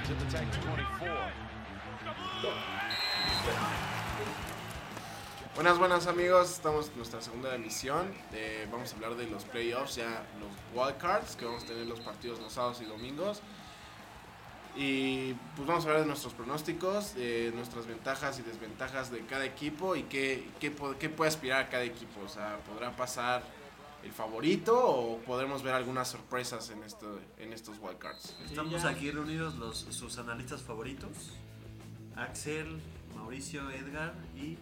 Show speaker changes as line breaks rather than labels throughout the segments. It's in the tank to 24.
Buenas, buenas amigos, estamos en nuestra segunda emisión. Eh, vamos a hablar de los playoffs, ya los wildcards, que vamos a tener los partidos los sábados y domingos. Y pues vamos a hablar de nuestros pronósticos, eh, nuestras ventajas y desventajas de cada equipo y qué, qué, po- qué puede aspirar a cada equipo. O sea, ¿podrá pasar el favorito o podremos ver algunas sorpresas en, esto, en estos wildcards?
Estamos
ya.
aquí reunidos los, sus analistas favoritos. Axel, Mauricio, Edgar y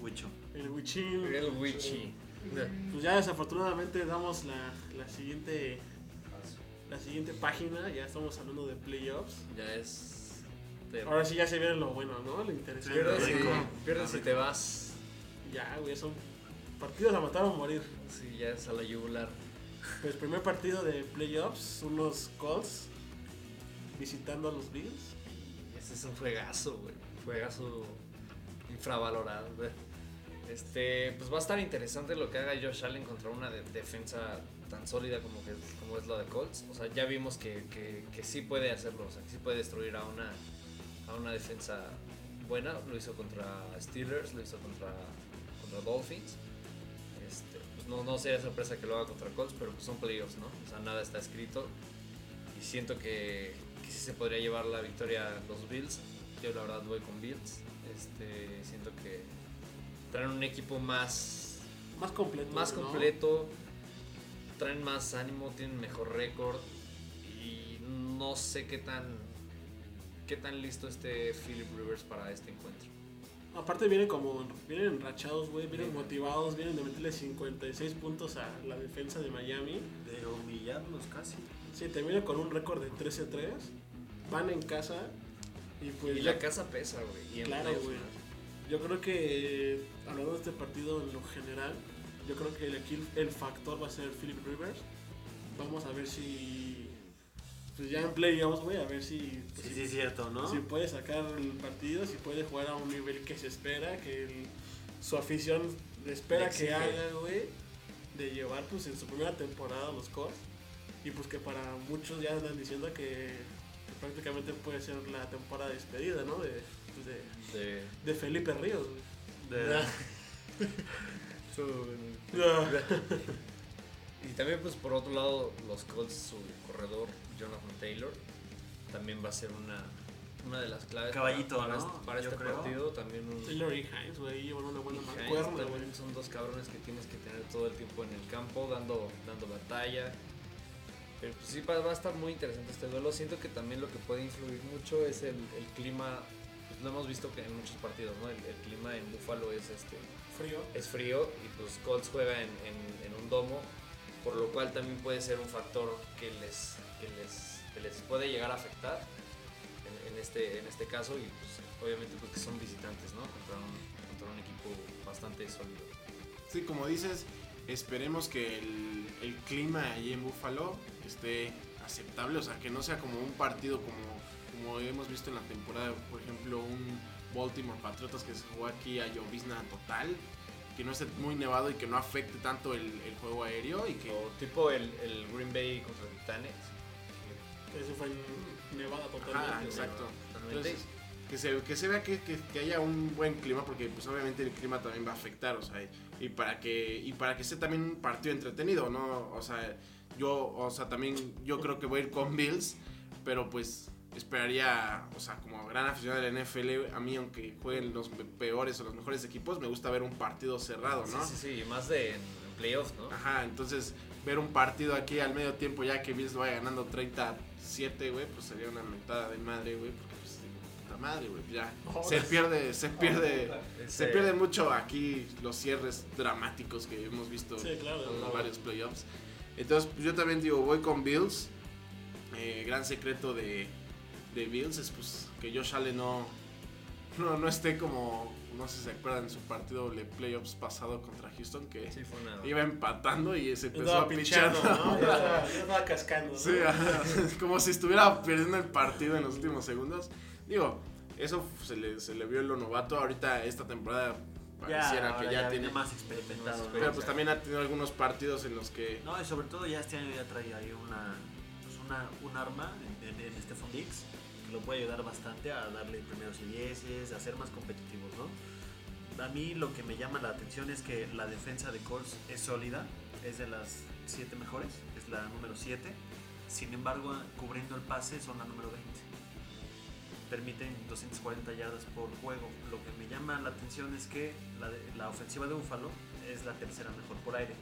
Huicho.
El Wichín.
El Wichi.
Pues ya desafortunadamente damos la, la siguiente la siguiente página, ya estamos hablando de playoffs.
Ya es. Te
Ahora sí ya se viene lo bueno, ¿no? Lo interesante.
Pero
pierdes,
Sí, rico.
y- pierdes y te vas.
Ya, güey, son partidos a matar o morir.
Sí, ya es a la yugular.
Pues primer partido de playoffs, unos Colts visitando a los Bills.
Este es un juegazo, güey. Juegazo infravalorado, güey. Este, pues va a estar interesante lo que haga Josh Allen contra una de- defensa tan sólida como, que, como es la de Colts. O sea, ya vimos que, que, que sí puede hacerlo, o sea, que sí puede destruir a una, a una defensa buena. Lo hizo contra Steelers, lo hizo contra, contra Dolphins. Este, pues no, no sería sorpresa que lo haga contra Colts, pero pues son playoffs, ¿no? O sea, nada está escrito. Y siento que, que sí se podría llevar la victoria a los Bills. Yo la verdad voy con Bills. Este, siento que traen un equipo más,
Más completo.
más
¿no?
completo, traen más ánimo, tienen mejor récord. Y no sé qué tan, qué tan listo esté Philip Rivers para este encuentro.
Aparte vienen como vienen enrachados, güey, vienen
Venga.
motivados, vienen de meterle 56 puntos a la defensa de Miami.
De humillarlos casi.
Sí, termina con un récord de 13-3. Van en casa y pues
Y
yo,
la casa pesa, güey. y en
Claro,
playoffs
güey.
más.
yo creo que hablando de este partido en lo general, yo creo que el- aquí el factor va a ser Philip Rivers. Vamos a ver si pues ya en playoffs, güey, a ver si pues,
Sí, sí,
si,
es cierto, ¿no?
si puede sacar el partido, si puede jugar a un nivel que se espera, que el- su afición le espera
Le
que
exige.
haga, güey, de llevar pues en su primera temporada los Colts. Y pues que para muchos ya andan diciendo que, que prácticamente puede ser la temporada despedida, ¿no? De, pues, de,
De-
de Felipe Ríos, güey.
De-
Ah. Y también, pues por otro lado, los Colts, su corredor, Jonathan Taylor, también va a ser una, una de las claves para-
Caballito,
para,
¿no?
este, para
Yo
este
creo.
partido. También un.
Taylor y Hines, güey, llevan una buena
y Hines,
mancuerna, güey.
también son dos cabrones que tienes que tener todo el tiempo en el campo, dando, dando batalla. Pero pues, sí, va, va a estar muy interesante este duelo. Siento que también lo que puede influir mucho es el, el clima. Pues, lo hemos visto que en muchos partidos, ¿no? El, el clima en Buffalo es este
Frío.
es frío y pues Colts juega en, en- en un domo, por lo cual también puede ser un factor que les, que les, que les puede llegar a afectar en, en este, en este caso y pues, obviamente porque son visitantes, ¿no? Contra un, contra un equipo bastante sólido.
Sí, como dices, esperemos que el, el clima allí en Buffalo esté aceptable, o sea, que no sea como un partido como, como hemos visto en la temporada, por ejemplo, un Baltimore Patriotas que se jugó aquí a llovizna total, que no esté muy nevado y que no afecte tanto el, el juego aéreo y que...
O tipo el, el Green Bay contra Titanes.
Que Eso fue en Nevada totalmente.
Ajá,
güey.
exacto.
Totalmente.
Entonces, que se, que se vea que, que- que haya un buen clima, porque pues obviamente el clima también va a afectar, o sea, y, y para que y para que sea también un partido entretenido, ¿no? O sea, yo, o sea, también yo creo que voy a ir con Bills, pero pues esperaría, o sea, como gran aficionado de la NFL, a mí aunque jueguen los pe- peores o los mejores equipos, me gusta ver un partido cerrado, ¿no?
Sí, sí, sí, y más de en, en playoffs, ¿no?
Ajá, entonces ver un partido aquí al medio tiempo ya que Bills lo vaya ganando 37, güey, pues sería una mentada de madre, güey, porque pues digo, puta madre, güey, ya se pierde, se pierde, se
Ese-
pierde mucho aquí los cierres dramáticos que hemos visto
Sí, claro.
en varios playoffs. Entonces pues, yo también digo, voy con Bills. Eh, gran secreto de, de Bills es pues que Josh Allen no, no, no esté como, no sé si se acuerdan, su partido de playoffs pasado contra Houston que
Sí, fue una...
iba empatando y se empezó
Estaba
a pinchar.
pinchando, ¿no? Ya estaba, ya estaba cascando. ¿no?
Sí, ajá, como si estuviera perdiendo el partido en los últimos segundos. Digo, eso se le, se le vio en lo novato. Ahorita esta temporada pareciera
ahora
que ya, tiene.
viene más experimentado.
Más
¿no?
Pero pues también ha tenido algunos partidos en los que.
No, y sobre todo ya este año ya trae ahí una, pues, una, un arma en, en, en Stephon Diggs que lo puede ayudar bastante a darle primeros y dieces, a ser más competitivos, ¿no? A mí lo que me llama la atención es que la defensa de Colts es sólida, es de las 7 mejores, es la número 7. Sin embargo, cubriendo el pase son la número 20. Permiten 240 yardas por juego. Lo que me llama la atención es que la, de- la ofensiva de Buffalo es la tercera mejor por aire.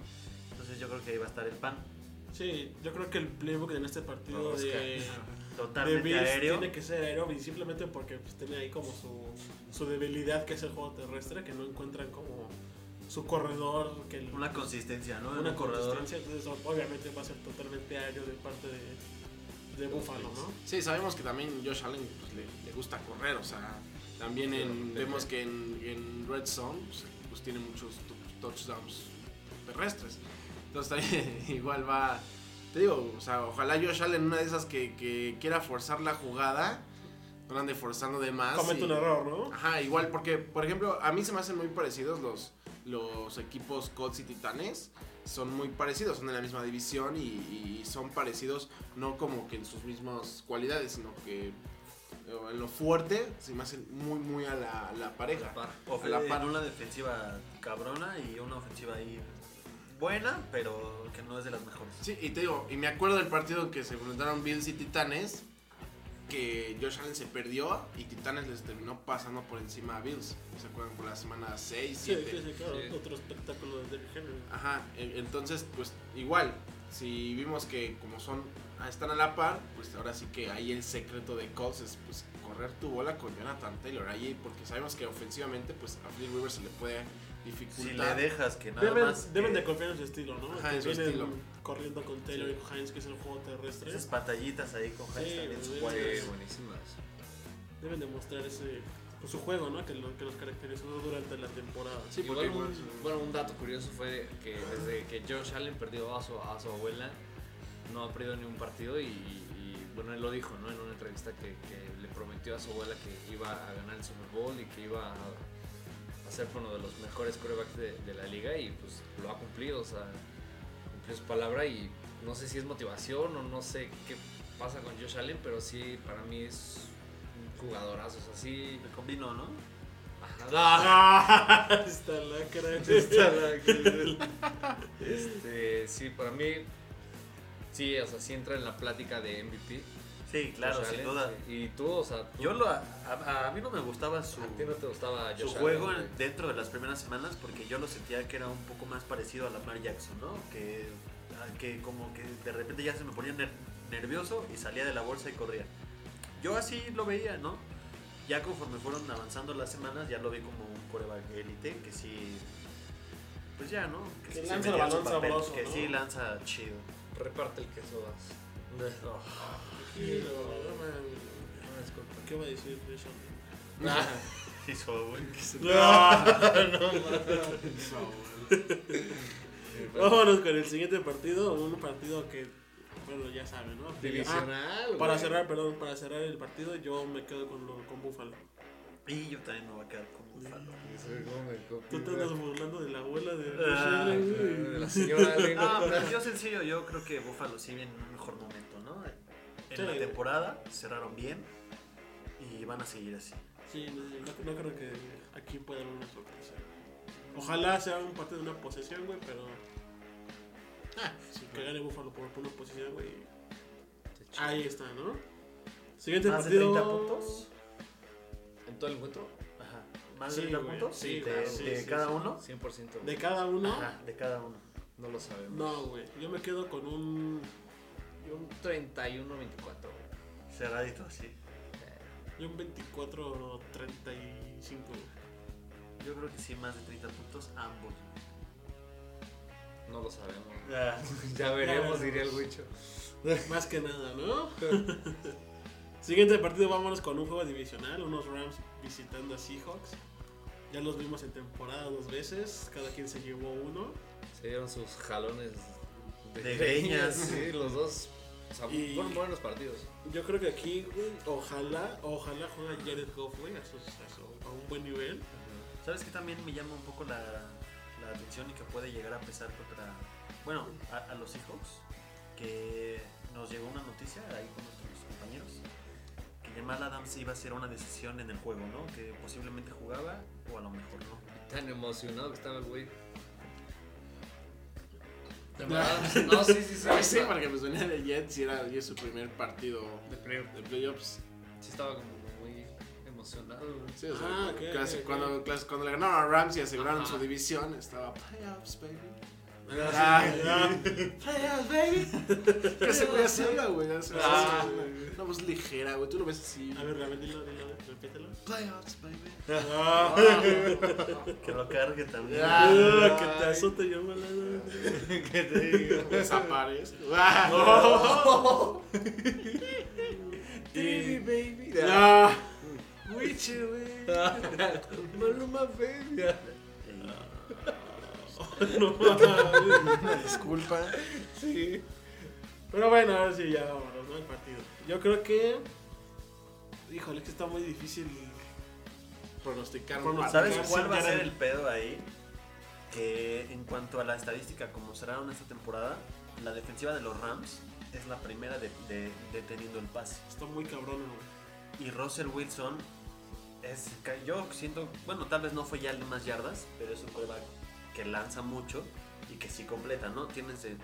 Entonces yo creo que ahí va a estar el pan.
Sí, yo creo que el playbook en este partido
Pues,
Vamos,
de, de
Totalmente
Bills
aéreo.
tiene que ser aéreo y simplemente porque pues, tiene ahí como su, su debilidad que es el juego terrestre, que no encuentran como su corredor, que el-
Una consistencia, ¿no?
una
Un corredor.
consistencia, entonces obviamente va a ser totalmente aéreo de parte de, de Buffalo, ¿no?
Sí, sabemos que también Josh Allen pues, le, le gusta correr, o sea, también en- vemos que en, en Red Zone pues, pues, tiene muchos tu- touchdowns terrestres. Entonces también igual va, te digo, o sea, ojalá Josh Allen una de esas que, que quiera forzar la jugada, no la ande forzando de más.
Comete
y-
un error, ¿no?
Ajá, igual, porque, por ejemplo, a mí se me hacen muy parecidos los, los equipos Colts y Titanes. Son muy parecidos, son de la misma división y, y son parecidos, no como que en sus mismas cualidades, sino que eh, en lo fuerte se me hacen muy, muy a la, a la pareja.
La par.
A la
Ofe-
par.
Una defensiva cabrona y una ofensiva ahí buena, pero que no es de las mejores.
Sí, y te digo, y me acuerdo del partido que se enfrentaron Bills y Titanes, que Josh Allen se perdió y Titanes les terminó pasando por encima a Bills. ¿Se acuerdan? Por la semana 6,
Sí,
7.
sí, sí, claro,
Sí.
otro espectáculo de Derrick Henry.
Ajá, e- entonces, pues igual, si vimos que como son, ah, están a la par, pues ahora sí que ahí el secreto de Colts es pues correr tu bola con Jonathan Taylor ahí, porque sabemos que ofensivamente, pues a Phil Rivers se le puede
Si le
dificultar.
dejas que nada
Deben,
más.
deben
que
de confiar en su estilo, ¿no?
Ajá,
que
en su
vienen
estilo.
corriendo con Taylor y Hines, que es el juego terrestre.
Esas pantallitas ahí con Heinz
Sí,
también son
sí.
buenas.
buenísimas.
Deben demostrar ese pues, su juego, ¿no? Que, lo- que los caracterizó durante la temporada.
Sí, porque
Igual un-
igual es-
bueno, un dato curioso fue que desde que Josh Allen perdió a su, a su abuela, no ha perdido ni un partido y, y, bueno, él lo dijo ¿no? en una entrevista que, que le prometió a su abuela que iba a ganar el Super Bowl y que iba a, a ser uno de los mejores quarterbacks de, de la liga y pues lo ha cumplido, o sea, cumplió su palabra y no sé si es motivación o no sé qué pasa con Josh Allen, pero sí, para mí es un jugadorazo, o sea, sí...
Me combinó, ¿no?
Ajá.
¡Ah! Está la cara.
Está la que- este, sí, para mí, sí, o sea, sí entra en la plática de MVP.
Sí, claro,
Josh
sin
Allen,
duda.
sí. Y tú, o sea, tú-
Yo lo, a, a- a mí no me gustaba su,
a ti no te gustaba
su
Josh
juego
Allen,
en-
güey.
dentro de las primeras semanas porque yo lo sentía que era un poco más parecido a Lamar Jackson, ¿no? Que, a- que como que de repente ya se me ponía ner- nervioso y salía de la bolsa y corría. Yo así lo veía, ¿no? Ya conforme fueron avanzando las semanas, ya lo vi como un coreback élite que sí. Pues ya, ¿no?
Que
sí se
lanza el
metía a su
balón sabroso,
Que
¿no?
sí lanza chido.
Reparte el queso, vas.
Tranquilo, no mames.
Una disculpa.
¿Qué va a decir eso?
Ah,
Hizo, güey.
Ah. Vámonos con el siguiente partido, un partido que, bueno, ya saben, ¿no? Ah,
Divisional.
para
güey.
cerrar, perdón, para cerrar el partido, yo me quedo con, lo- con Buffalo.
Y yo también me voy a quedar como un fan.
Sí, cómo me copio,
Tú te
güey.
andas burlando de la abuela de...
Ah,
Ay, claro, de la señora Allen.
Ah, pero yo sencillo, yo creo que Buffalo sí viene en un mejor momento, ¿no? En
Sí.
la temporada cerraron bien y van a seguir así.
Sí, no, no- no creo que aquí pueda haber una sorpresa. Ojalá sea un partido de una posesión, güey, pero. Ah, si que gane Búfalo por por una posesión, güey. Ahí está, ¿no? Siguiente
¿Más de
Este partido.
30 puntos?
¿En todo el encuentro?
Ajá. ¿Más
Sí,
de 30
güey.
puntos?
Sí,
de,
claro. Sí,
de
sí,
cada
sí.
uno.
100%. güey.
De cada uno.
Ajá, de cada uno.
No lo sabemos.
No, güey. Yo me quedo con un.
Un 31-24. güey.
Cerradito así.
Yo un 24 35.
Yo creo que sí, más de 30 puntos ambos.
No lo sabemos.
Ah,
Ya
veremos,
veremos,
diría
diría
el
el huicho.
Más que nada, ¿no? Siguiente partido, vámonos con un juego divisional. Unos Rams visitando a Seahawks. Ya los vimos en temporada dos veces. Cada quien se llevó uno.
Se dieron sus jalones
De greñas.
Sí, los dos. O sea,
Y-
fueron buenos partidos.
Yo creo que aquí, güey, ojalá, ojalá juegue Jared Goff, güey, a, sus- a su- a un buen nivel.
¿Sabes qué también me llama un poco la, la atención y que puede llegar a pesar contra, bueno, a, a los Seahawks? Que nos llegó una noticia ahí con nuestros compañeros que Jamal Adams iba a ser una decisión en el juego, ¿no? Que posiblemente jugaba o a lo mejor no.
Tan emocionado que estaba el güey. De verdad, No, sí, sí, sí.
Sí, porque pues venía de Jets y era y es su primer partido
De playoff.
de playoffs.
Sí estaba como muy emocionado. güey.
Sí, o sea,
Ah, ok,
casi-
ok.
Cuando, casi- cuando le ganaron a Rams y aseguraron
Ajá.
su división, estaba playoffs, baby.
Ah,
Playoffs, baby. ¿Qué se puede hacer, güey? Ya se-
Ah.
Una voz ligera, güey. Tú lo ves así.
A ver, a ver, dilo, dilo, repítelo.
Playoffs, baby.
Que lo cargue también.
Ah.
Ah, que te azote yo, mala.
¿Qué te digo?
Desaparezco.
No.
Y-
baby.
No.
Witcher, güey. Maluma, baby.
No mames.
Una disculpa.
Sí. Pero bueno, ahora sí, ya vámonos, ¿no? El partido. Yo creo que. Híjole, es que está muy difícil.
Pronosticar un
Prono-
partido.
¿Sabes
Porque
cuál
sí
va a
ganan.
ser el pedo ahí? Que en cuanto a la estadística, como cerraron esta temporada, la defensiva de los Rams es la primera de, de- deteniendo el pase.
Está muy cabrón, güey.
Y Russell Wilson es. ca- Yo siento. Bueno, tal vez no fue ya el de más yardas, pero es un coreback que lanza mucho y que sí completa, ¿no? Tienes de,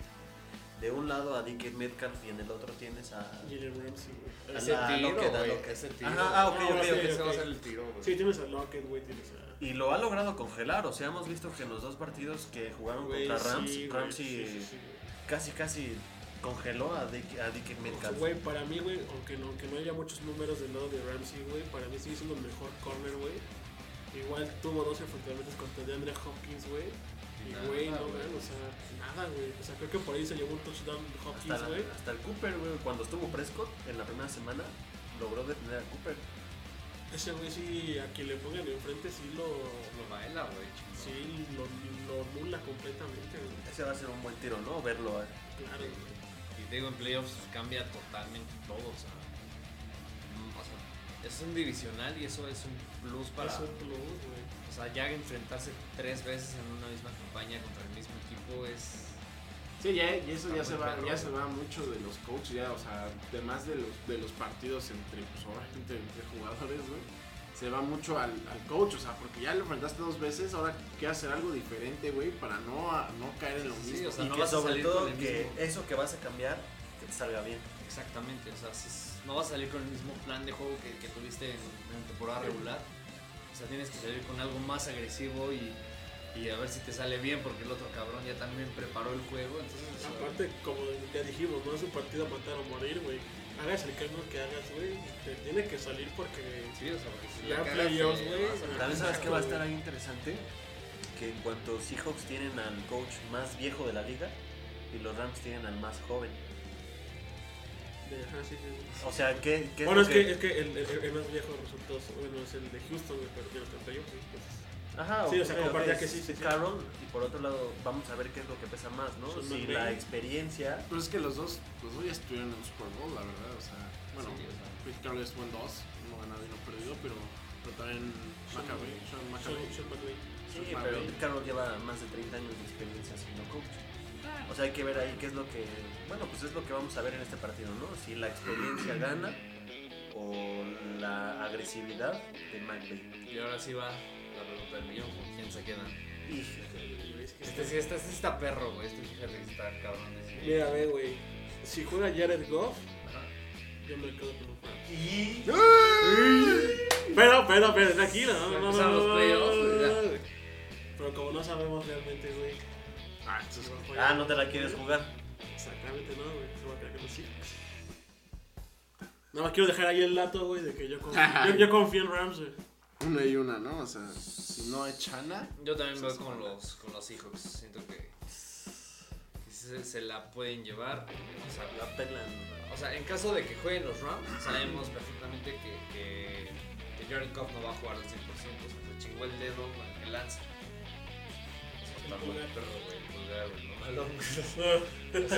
de un lado a Dick Metcalf y en el otro tienes a.
Jalen Ramsey, güey.
Ese
la
tiro,
loqueta,
güey.
loqueta.
Ese tiro.
Ajá, ah, ok,
Ah,
ok,
sí,
ok.
Ese va a
ok.
ser el tiro, güey.
Sí, tienes a Lockett, güey, tienes a.
Y lo ha logrado congelar, o sea, hemos visto que en los dos partidos que jugaron
Güey,
contra Rams,
sí, güey,
Rams
sí, sí, sí, güey.
casi casi congeló a Dick, a Dick Metcalf.
Güey, para mí, güey, aunque no, aunque no haya muchos números del lado de Ramsey, güey, para mí sigue siendo el mejor corner, güey. Igual tuvo dos enfrentamientos contra DeAndre Hopkins, güey.
Nada,
Y, güey, no,
güey.
güey, o sea, nada, güey. O sea, creo que por ahí se llevó un touchdown
hasta,
Hopkins,
la-
güey.
hasta el Cooper, güey, cuando estuvo Prescott en la primera semana, logró detener a Cooper.
Ese güey, sí, a quien le pongan enfrente, sí lo.
Lo baila, güey.
Sí, lo, lo nula completamente, güey.
Ese va a ser un buen tiro, ¿no? Verlo. eh.
Claro, güey.
Y te digo, en playoffs cambia totalmente todo. O sea, mm, o sea, es un divisional y eso es un plus para.
Es un plus, güey.
O sea, ya enfrentarse tres veces en una misma campaña contra el mismo equipo es.
Sí, ya, y eso ya
Está
se,
muy
va,
perro,
ya
güey.
se va mucho de los coaches, ya, o sea, además de los, de los partidos entre, pues, obviamente, entre jugadores, güey, se va mucho al, al coach, o sea, porque ya lo enfrentaste dos veces, ahora quieres hacer algo diferente, güey, para no, a- no caer en lo
Sí,
mismo.
o sea,
y
no
que
vas a
sobre
salir con
todo
el
que
mismo.
eso que vas a cambiar, que te salga bien.
Exactamente, o sea, si es- no vas a salir con el mismo plan de juego que, que tuviste en, en temporada regular. O sea, tienes que salir con algo más agresivo y, y a ver si te sale bien porque el otro cabrón ya también preparó el juego. Entonces, o sea,
Aparte, como ya dijimos, no es un partido a matar o morir, güey. Hagas el cambio que hagas, güey. Te tiene que salir porque.
sí, o sea, porque si
Ya
la cagas,
playoffs,
te
güey.
vas a-
También sabes que va a estar ahí interesante que en cuanto Seahawks tienen al coach más viejo de la liga y los Rams tienen al más joven.
de- ajá, sí, sí.
O sea, ¿qué, qué es
Bueno,
lo
es que, es que el, el- el más viejo resultó, bueno, es el de Houston, güey, pero tiene 31, sí, pues,
Ajá,
Sí, o sea,
ok,
compartía
ok,
que sí, sí, sí.
Carroll, y por otro lado, vamos a ver qué es lo que pesa más, ¿no?
Son
Si
los
la
Ravens.
experiencia.
Pero es que los dos, los dos ya estuvieron en un Super Bowl, la verdad, o sea, bueno,
Sí, o sea.
Pete Carroll estuvo en dos, no ganado y no perdido, pero, pero también
Sean
McAvey,
McVay.
Sean
Sean-
McAvey.
Sean McVay.
Sí,
Sean
pero
McVay.
Carroll lleva más de 30 años de experiencia siendo coach. O sea, hay que ver ahí qué es lo que. Bueno, pues es lo que vamos a ver en este partido, ¿no? Si la experiencia gana o la agresividad de McVay.
Y ahora sí va la pregunta del millón, ¿con quién se quedan?
Híjole.
Y ves que este,
Este sí, este sí está perro, güey. Este fíjate que está cabrón. eh. ese.
Mira, ve, güey. Si juega Jared Goff,
Ajá.
yo me quedo con un fan.
Y.
Pero, pero, pero, tranquilo, no, no,
Ya
no,
empezaron los
no,
playoffs,
no,
güey,
no, no, Pero como no sabemos realmente, güey.
Ah, esto
si
es-
va a jugar-
Ah, no te la quieres jugar.
Exactamente, no, güey. Se va a quedar con los Seahawks. Nada más quiero dejar ahí el dato, güey, de que yo confío, yo, yo confío en Rams, güey.
una y una, ¿no? O sea, si no es Chana...
Yo también voy con los, con los Seahawks. Siento que, que se, se la pueden llevar. O sea,
La pelan.
o sea, en caso de que jueguen los Rams, sabemos perfectamente que, que, que Jared Goff no va a jugar al 100%. O sea, se chingó el dedo con el lanza. O sea, está muy perro, güey. el pulgar, güey, no malón.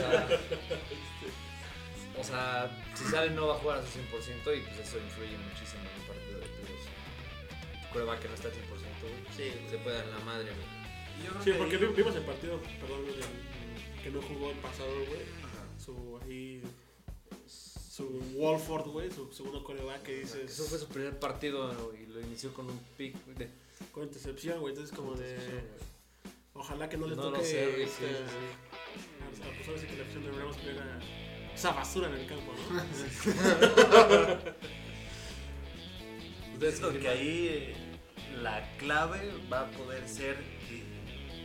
O sea, este, o sea, si sale no va a jugar a su 100% y pues eso influye muchísimo en un partido de playoffs. Prueba que no está al 100%, güey.
Sí,
Se puede dar la madre, güey.
Sí, porque vi- vimos el partido, perdón, güey, del- que no jugó el pasado, güey. Su ahí su Walford, güey, su segundo coreback que dices.
Pues, Eso fue su primer partido y lo inició con un pick de
Con intercepción, güey. Entonces, como de. Ojalá que Eh, no le
No lo
toque.
sé, güey,
este,
sí,
a- a- pues ahora sí que la opción de Rams pega esa basura en el campo, ¿no?
Ustedes
Siento que
confirman.
ahí eh, la clave va a poder ser, que,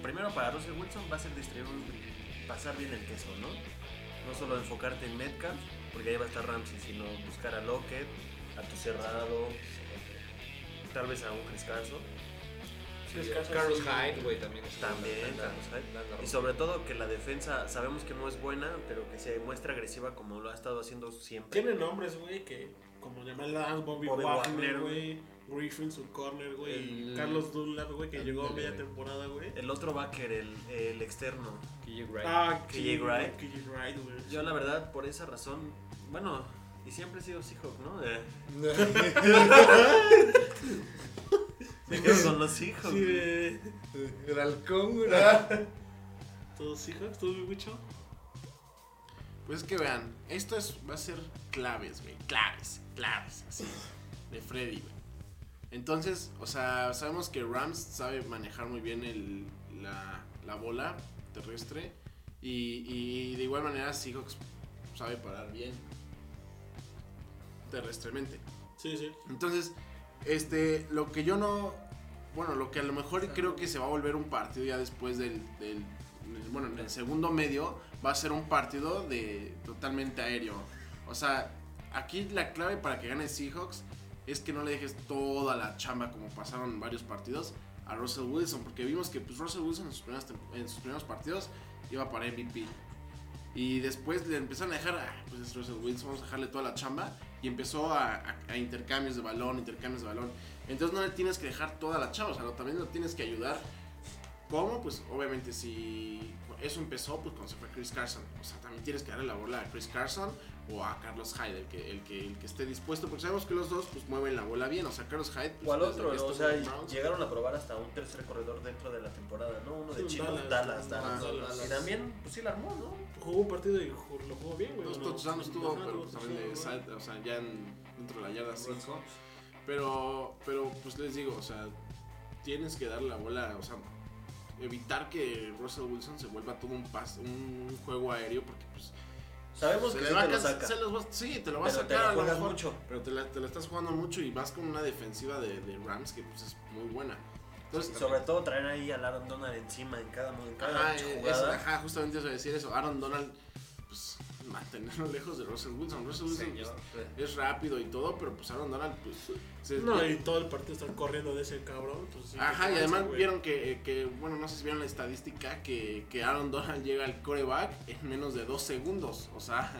primero para Russell Wilson va a ser distribuir, pasar bien el queso, ¿no? No solo enfocarte en Metcalf, porque ahí va a estar Ramsey, sino buscar a Lockett, a tu cerrado, tal vez a un Chris Carson,
Sí,
Tres casas,
Carlos
sí.
Hyde, güey, también. es-
también
la- la-
Carlos Hyde.
la- la-
Y sobre todo que la defensa, sabemos que no es buena, pero que se muestra agresiva como lo ha estado haciendo siempre.
Tiene nombres, güey, que como Jamal Adams, Bobby,
Bobby
Wagner,
Wagner,
güey, Griffin, su corner, güey, y
El-
Carlos Dunlap, güey, que llegó a
Ándale,
media
güey.
temporada, güey.
El otro backer, el, el externo,
KJ Wright.
Ah,
KJ Wright.
KJ Wright, güey.
Yo la verdad, por esa razón, bueno, y siempre he sido Seahawk, ¿no? Eh, me quedo con los Seahawks.
Sí, güey.
El halcón, güey. ¿verdad?
¿Todos hijos? ¿Tú, mucho?
Pues que vean, esto es, va a ser claves, güey. Claves, claves, así. De Freddy, güey. Entonces, o sea, sabemos que Rams sabe manejar muy bien el, la, la bola terrestre. Y, y de igual manera Seahawks sabe parar bien terrestremente.
Sí, sí.
Entonces, este, lo que yo no. Bueno, lo que a lo mejor
Ajá.
creo que se va a volver un partido ya después del. del- del- bueno, en el segundo medio va a ser un partido de totalmente aéreo. O sea, aquí la clave para que gane Seahawks es que no le dejes toda la chamba como pasaron en varios partidos a Russell Wilson, porque vimos que pues, Russell Wilson en sus, primeras tem- en sus primeros partidos iba para MVP. Y después le empezaron a dejar, "Ah, pues es Russell Wilson, vamos a dejarle toda la chamba. Y empezó a, a- a intercambios de balón, intercambios de balón. Entonces no le tienes que dejar toda la chamba, o sea, lo- también lo tienes que ayudar. ¿Cómo? Pues obviamente si eso empezó, pues cuando se fue Chris Carson. O sea, también tienes que darle la bola a Chris Carson o a Carlos Hyde, el que, el que, el que esté dispuesto. Porque sabemos que los dos pues mueven la bola bien. O sea, Carlos Hyde... pues,
O al
desde
otro,
que
¿no? o
estuvo
sea,
en Browns,
llegaron a probar hasta un tercer corredor dentro de la temporada, ¿no? Uno de
Sí,
Chino,
Dallas,
Dallas, Dallas.
Dallas.
Y también, pues sí la armó, ¿no?
Jugó un partido y ju- lo jugó bien, güey.
Dos
¿no?
touchdowns tuvo,
Ajá,
pero
dos
pues, también de
touchdowns, güey.
side, o sea, ya en- dentro de la yarda 5. Pero, pero pues les digo, o sea, tienes que dar la bola, o sea, evitar que Russell Wilson se vuelva todo un pas, un juego aéreo, porque pues
Sabemos
se
que
le
sí
va
te
a
lo
cas-
saca,
se los va- sí, te lo vas a
pero te
sacar
lo
a lo
juegas
mejor,
mucho.
pero te la, te la estás jugando mucho y vas con una defensiva de, de Rams que pues es muy buena. Entonces,
Sobre todo traer ahí a Aaron Donald encima en cada, en cada
Ajá, eh, eso,
jugada.
ajá, justamente eso, decir eso. Aaron Donald, pues, mantenerlo lejos de Russell Wilson. Russell Wilson
Señor.
pues, es rápido y todo, pero pues Aaron Donald, pues. se-
No, y todo el partido están corriendo de ese cabrón. Pues, sí,
Ajá,
que
y
cansa,
además
güey.
vieron que, eh, que, bueno, no sé si vieron la estadística, que, que Aaron Donald llega al coreback en menos de dos segundos. O sea,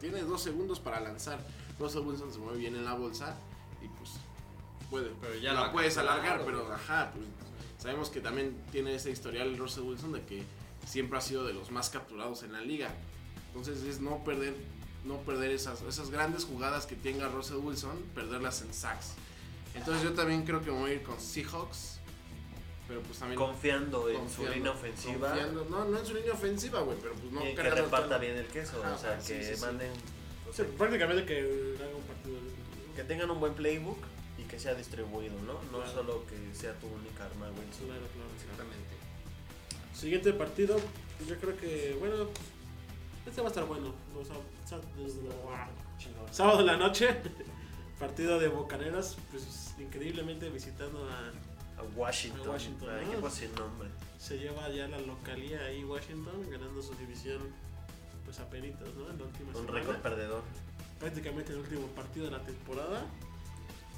tiene dos segundos para lanzar. Russell Wilson se mueve bien en la bolsa y pues puede.
Pero ya
la
lo
puedes
acabaron,
alargar, pero
güey.
ajá, pues, sabemos que también tiene ese historial Russell Wilson de que siempre ha sido de los más capturados en la liga. Entonces es no perder, no perder esas, esas grandes jugadas que tenga Russell Wilson, perderlas en sacks. Entonces yo también creo que me voy a ir con Seahawks. Pero pues también.
Confiando en su
confiando-
línea ofensiva.
confiando- No, no en su línea ofensiva, güey, pero pues no
y que
cargando
reparta
todo.
bien el queso,
Ajá,
o sea,
sí,
que
sí, sí.
manden,
O sea, prácticamente que haga un partido.
que tengan un buen playbook y que sea distribuido, ¿no? No
Claro.
solo que sea tu única arma, Wilson.
Claro, claro.
Exactamente.
Siguiente partido, pues, yo creo que, bueno, pues, este va a estar bueno. O sea, sa- desde la- Sábado de la noche, partido de Bocaneras, pues increíblemente visitando a.
A Washington. Ah,
A Washington,
a
¿no?
equipo sin nombre.
Se lleva ya la localía ahí Washington, ganando su división, pues a penitas, ¿no? En la última
Un
semana.
récord perdedor.
prácticamente el último partido de la temporada.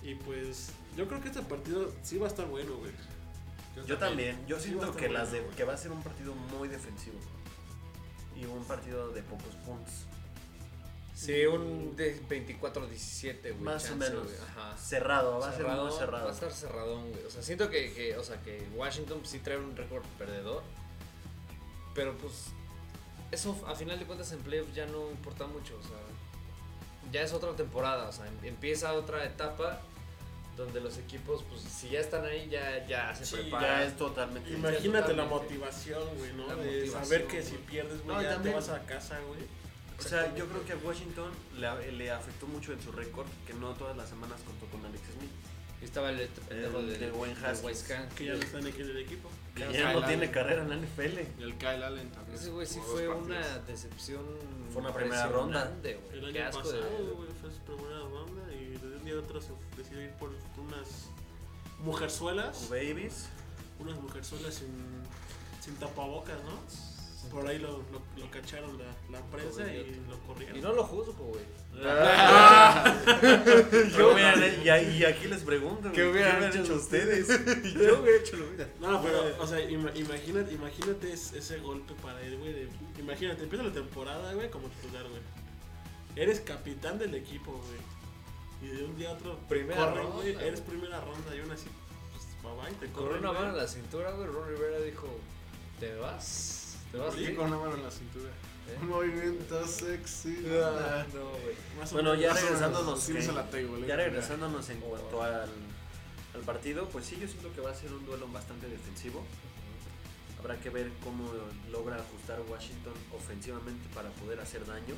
Y pues yo creo que este partido sí va a estar bueno, güey.
Yo también. Yo
Sí, va a
siento
estar
que, las
bueno,
de-
güey.
que va a ser un partido muy defensivo. Y un partido de pocos puntos.
Sí, un de 24-17, güey.
Más o
chance,
menos.
güey, Ajá.
Cerrado, va
Cerrado,
a ser muy cerrado.
Va a estar cerradón, güey. O sea, siento que, que, o sea, que Washington sí trae un récord perdedor. Pero pues eso a final de cuentas en playoff ya no importa mucho. O sea, ya es otra temporada. O sea, em- empieza otra etapa donde los equipos, pues si ya están ahí, ya, ya se
Sí, ya
preparan.
es totalmente.
Imagínate la
totalmente.
motivación, güey, ¿no?
La
De
motivación,
saber que si
güey.
pierdes, güey,
No, y
ya te
también-
vas a casa, güey.
O sea, yo creo que a Washington le, le afectó mucho en su récord que no todas las semanas contó con Alex Smith.
Estaba el este pendejo
El
del-
de Wayne
del
Haskins.
Huaycán.
Que ya no están aquí en el equipo.
Que
Kyle
ya no
Allen.
tiene carrera en la NFL.
Y el Kyle Allen también.
Ese güey sí
jugó dos
fue
partidos.
una decepción.
Fue una primera ronda.
impresionante, güey.
El
Qué
año
asco de-
pasado, güey, fue su primera ronda y de un día a otro se decidió ir por unas mujerzuelas.
Babies.
Unas mujerzuelas sin, sin tapabocas, ¿no? Por ahí lo, lo, lo cacharon la, la prensa y lo corrieron.
Y no lo juzgo, güey.
Ah. Yo, y, ahí- y aquí les pregunto, güey,
¿Qué hubieran hecho
ustedes?
Yo hubiera hecho lo mismo.
No, pero, o sea, ima- imagínate, imagínate es- ese golpe para él, güey. de- Imagínate, empieza la temporada, güey, como titular, güey. Eres capitán del equipo, güey. Y de un día a otro,
Primera
corren,
ronda,
güey.
güey.
Eres primera ronda y aún así, pues, bye bye, te
Con
corren.
una
güey.
mano en la cintura, güey, Ron Rivera dijo: Te vas. Te vas.
Sí,
¿sí?
con la mano en la cintura.
¿Eh?
Un movimiento sexy.
Ah, No, güey.
Más o
Bueno, ya
menos.
regresándonos.
Sí,
que-
usa la table,
ya
eh.
regresándonos en cuanto al, al partido, pues sí, yo siento que va a ser un duelo bastante defensivo. Habrá que ver cómo logra ajustar Washington ofensivamente para poder hacer daño.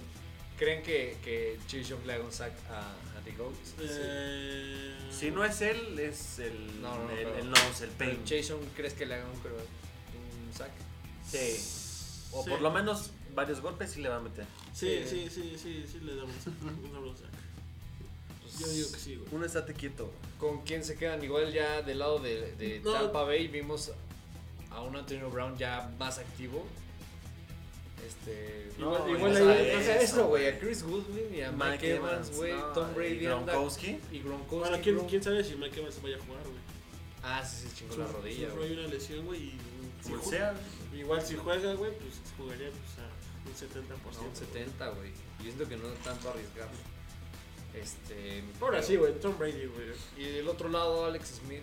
¿Creen que, que Chichon le haga un sack a, a The Goat?
Eh,
Si no es él, es el
No, no, no,
el,
pero-
el nose, el pain.
Pero Jason, ¿crees que le haga un, cro- un sack?
Sí. eh, O
Sí.
por lo menos eh. varios golpes sí le va a meter.
Sí, sí, sí, sí, sí, le damos una bronca. Yo digo que sí, güey.
Uno estate quieto.
¿Con quién se quedan? Igual ya del lado de, de
No.
Tampa Bay vimos a un Antonio Brown ya más activo. Este,
Igual-
no,
igual
o
ahí-
sea,
o
es
sea,
eso, güey. A Chris Goodwin y a Mike,
Mike
Evans,
Evans,
güey.
no,
Tom Brady
y
anda-
Gronkowski.
Y Gronkowski.
Ahora, ¿quién,
Gronk-
quién sabe si Mike Evans vaya a jugar, güey?
Ah, sí, se chingó la
Sufre-
rodilla,
sufre
güey.
ahí una lesión, güey, y...
Como
Sí,
sea.
Igual si juega, güey, pues jugaría pues, a un 70%.
No,
güey.
un 70, güey. Yo siento que no es tanto arriesgar. Este.
Ahora
pero-
sí, güey, Tom Brady, güey.
Y del otro lado, Alex Smith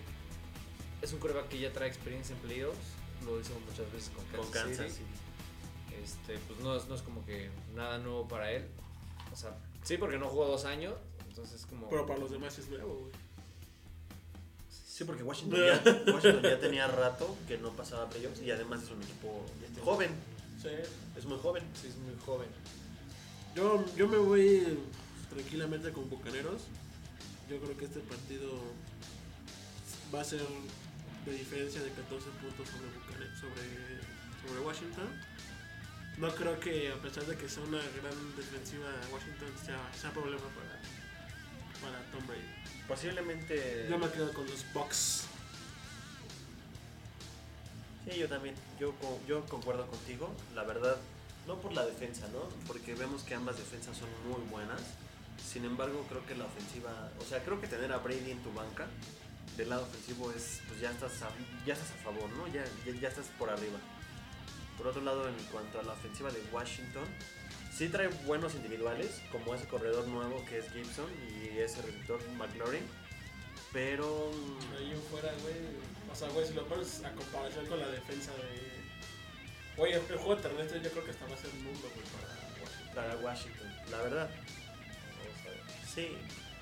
es un coreback que ya trae experiencia en playoffs. Lo hizo muchas veces con Kansas,
Con Kansas.
City.
sí.
Este, pues no es, no es como que nada nuevo para él. O sea, sí, porque no jugó dos años. Entonces, como.
Pero para los demás es nuevo, güey.
Sí, porque Washington ya, Washington ya tenía rato que no pasaba playoffs y además es un equipo este, joven,
Sí.
es muy joven.
Sí, es muy joven.
Yo, yo me voy tranquilamente con Bucaneros. Yo creo que este partido va a ser de diferencia de 14 puntos sobre, Bucane- sobre, sobre Washington. No creo que, a pesar de que sea una gran defensiva, Washington sea, sea problema para, para Tom Brady.
Posiblemente.
Yo me quedo con los Bucks.
Sí, yo también. Yo, co- yo concuerdo contigo. La verdad, no por la defensa, ¿no? Porque vemos que ambas defensas son muy buenas. Sin embargo, creo que la ofensiva. O sea, creo que tener a Brady en tu banca del lado ofensivo es. Pues ya estás a, ya estás a favor, ¿no? Ya, ya, ya estás por arriba. Por otro lado, en cuanto a la ofensiva de Washington, sí trae buenos individuales, como ese corredor nuevo que es Gibson y ese receptor McLaurin. Pero. mm,
Ahí fuera, güey. O sea, güey, si lo pones a comparación con la defensa de. Oye, el juego terrestre yo creo que hasta va a ser un mundo, güey, para Washington.
para Washington, pues, la verdad. Sí,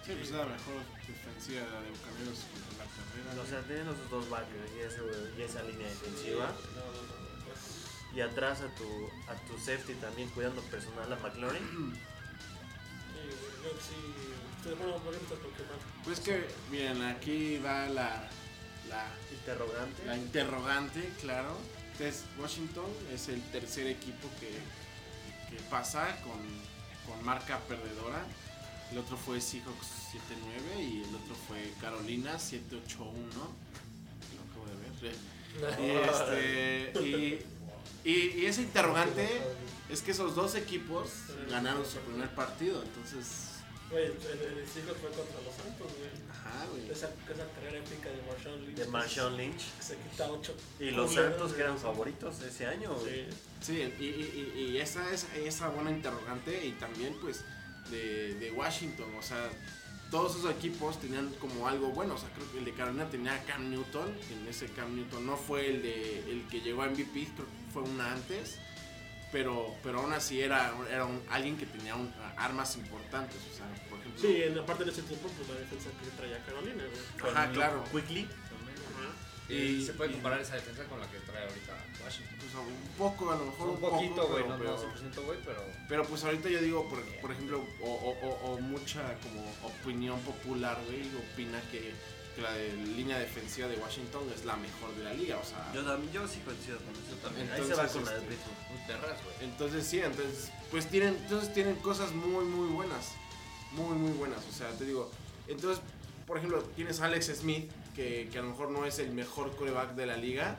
Sí, pues es la mejor defensiva de Bucaneros contra la carrera.
o sea, tienen los dos backers y, ese- y esa línea defensiva.
No, no, no. Pues,
Y atrás a tu, a tu safety también cuidando personal a McLaurin.
sí, güey, creo que sí. Ustedes, bueno, preguntas porque más.
Pues que, miren, aquí va la, la
Interrogante.
La interrogante, claro. Entonces, Washington es el tercer equipo que, que pasa con, con marca perdedora. El otro fue Seahawks 7-9 y el otro fue Carolina 7-8-1. Lo acabo de ver. Y, este, y, y- y ese interrogante es que esos dos equipos ganaron su primer partido. Entonces,
Güey, el, el siglo fue contra los Santos, güey.
ajá, güey.
Esa, esa carrera épica de Marshawn Lynch. pues,
De Marshawn Lynch.
que Se quita 8.
Y los Santos que eran favoritos ese año.
Sí.
Sí, y, y- y- y esa es esa buena interrogante y también pues de, de Washington, o sea, todos esos equipos tenían como algo bueno, o sea, creo que el de Carolina tenía a Cam Newton, que en ese Cam Newton no fue el, de, el que llegó a MVP, creo que fue una antes, pero, pero aún así era, era un- alguien que tenía un- armas importantes, o sea, por ejemplo...
Sí, en- aparte en ese tiempo, pues la defensa que traía Carolina, güey.
Con
Ajá,
Luke
claro.
Quickly.
Ajá.
Y-
se puede
y-
comparar esa defensa con la que trae ahorita Washington.
Pues, un poco, a lo mejor.
un poquito,
poco,
güey,
pero-
no,
pero-
no 100% güey, pero
Pero pues ahorita yo digo, por, por ejemplo, o, o- o- o mucha como opinión popular, güey, opina que, que la de- línea defensiva de Washington es la mejor de la liga, o sea...
Yo, también, yo sí coincido con eso también. Ahí
Entonces,
se va con la de
este,
Pittsburgh.
muy perras, güey.
Entonces sí, entonces pues tienen, entonces tienen cosas muy muy buenas, muy muy buenas, o sea, te digo, entonces por ejemplo tienes a Alex Smith que, que a lo mejor no es el mejor coreback de la liga,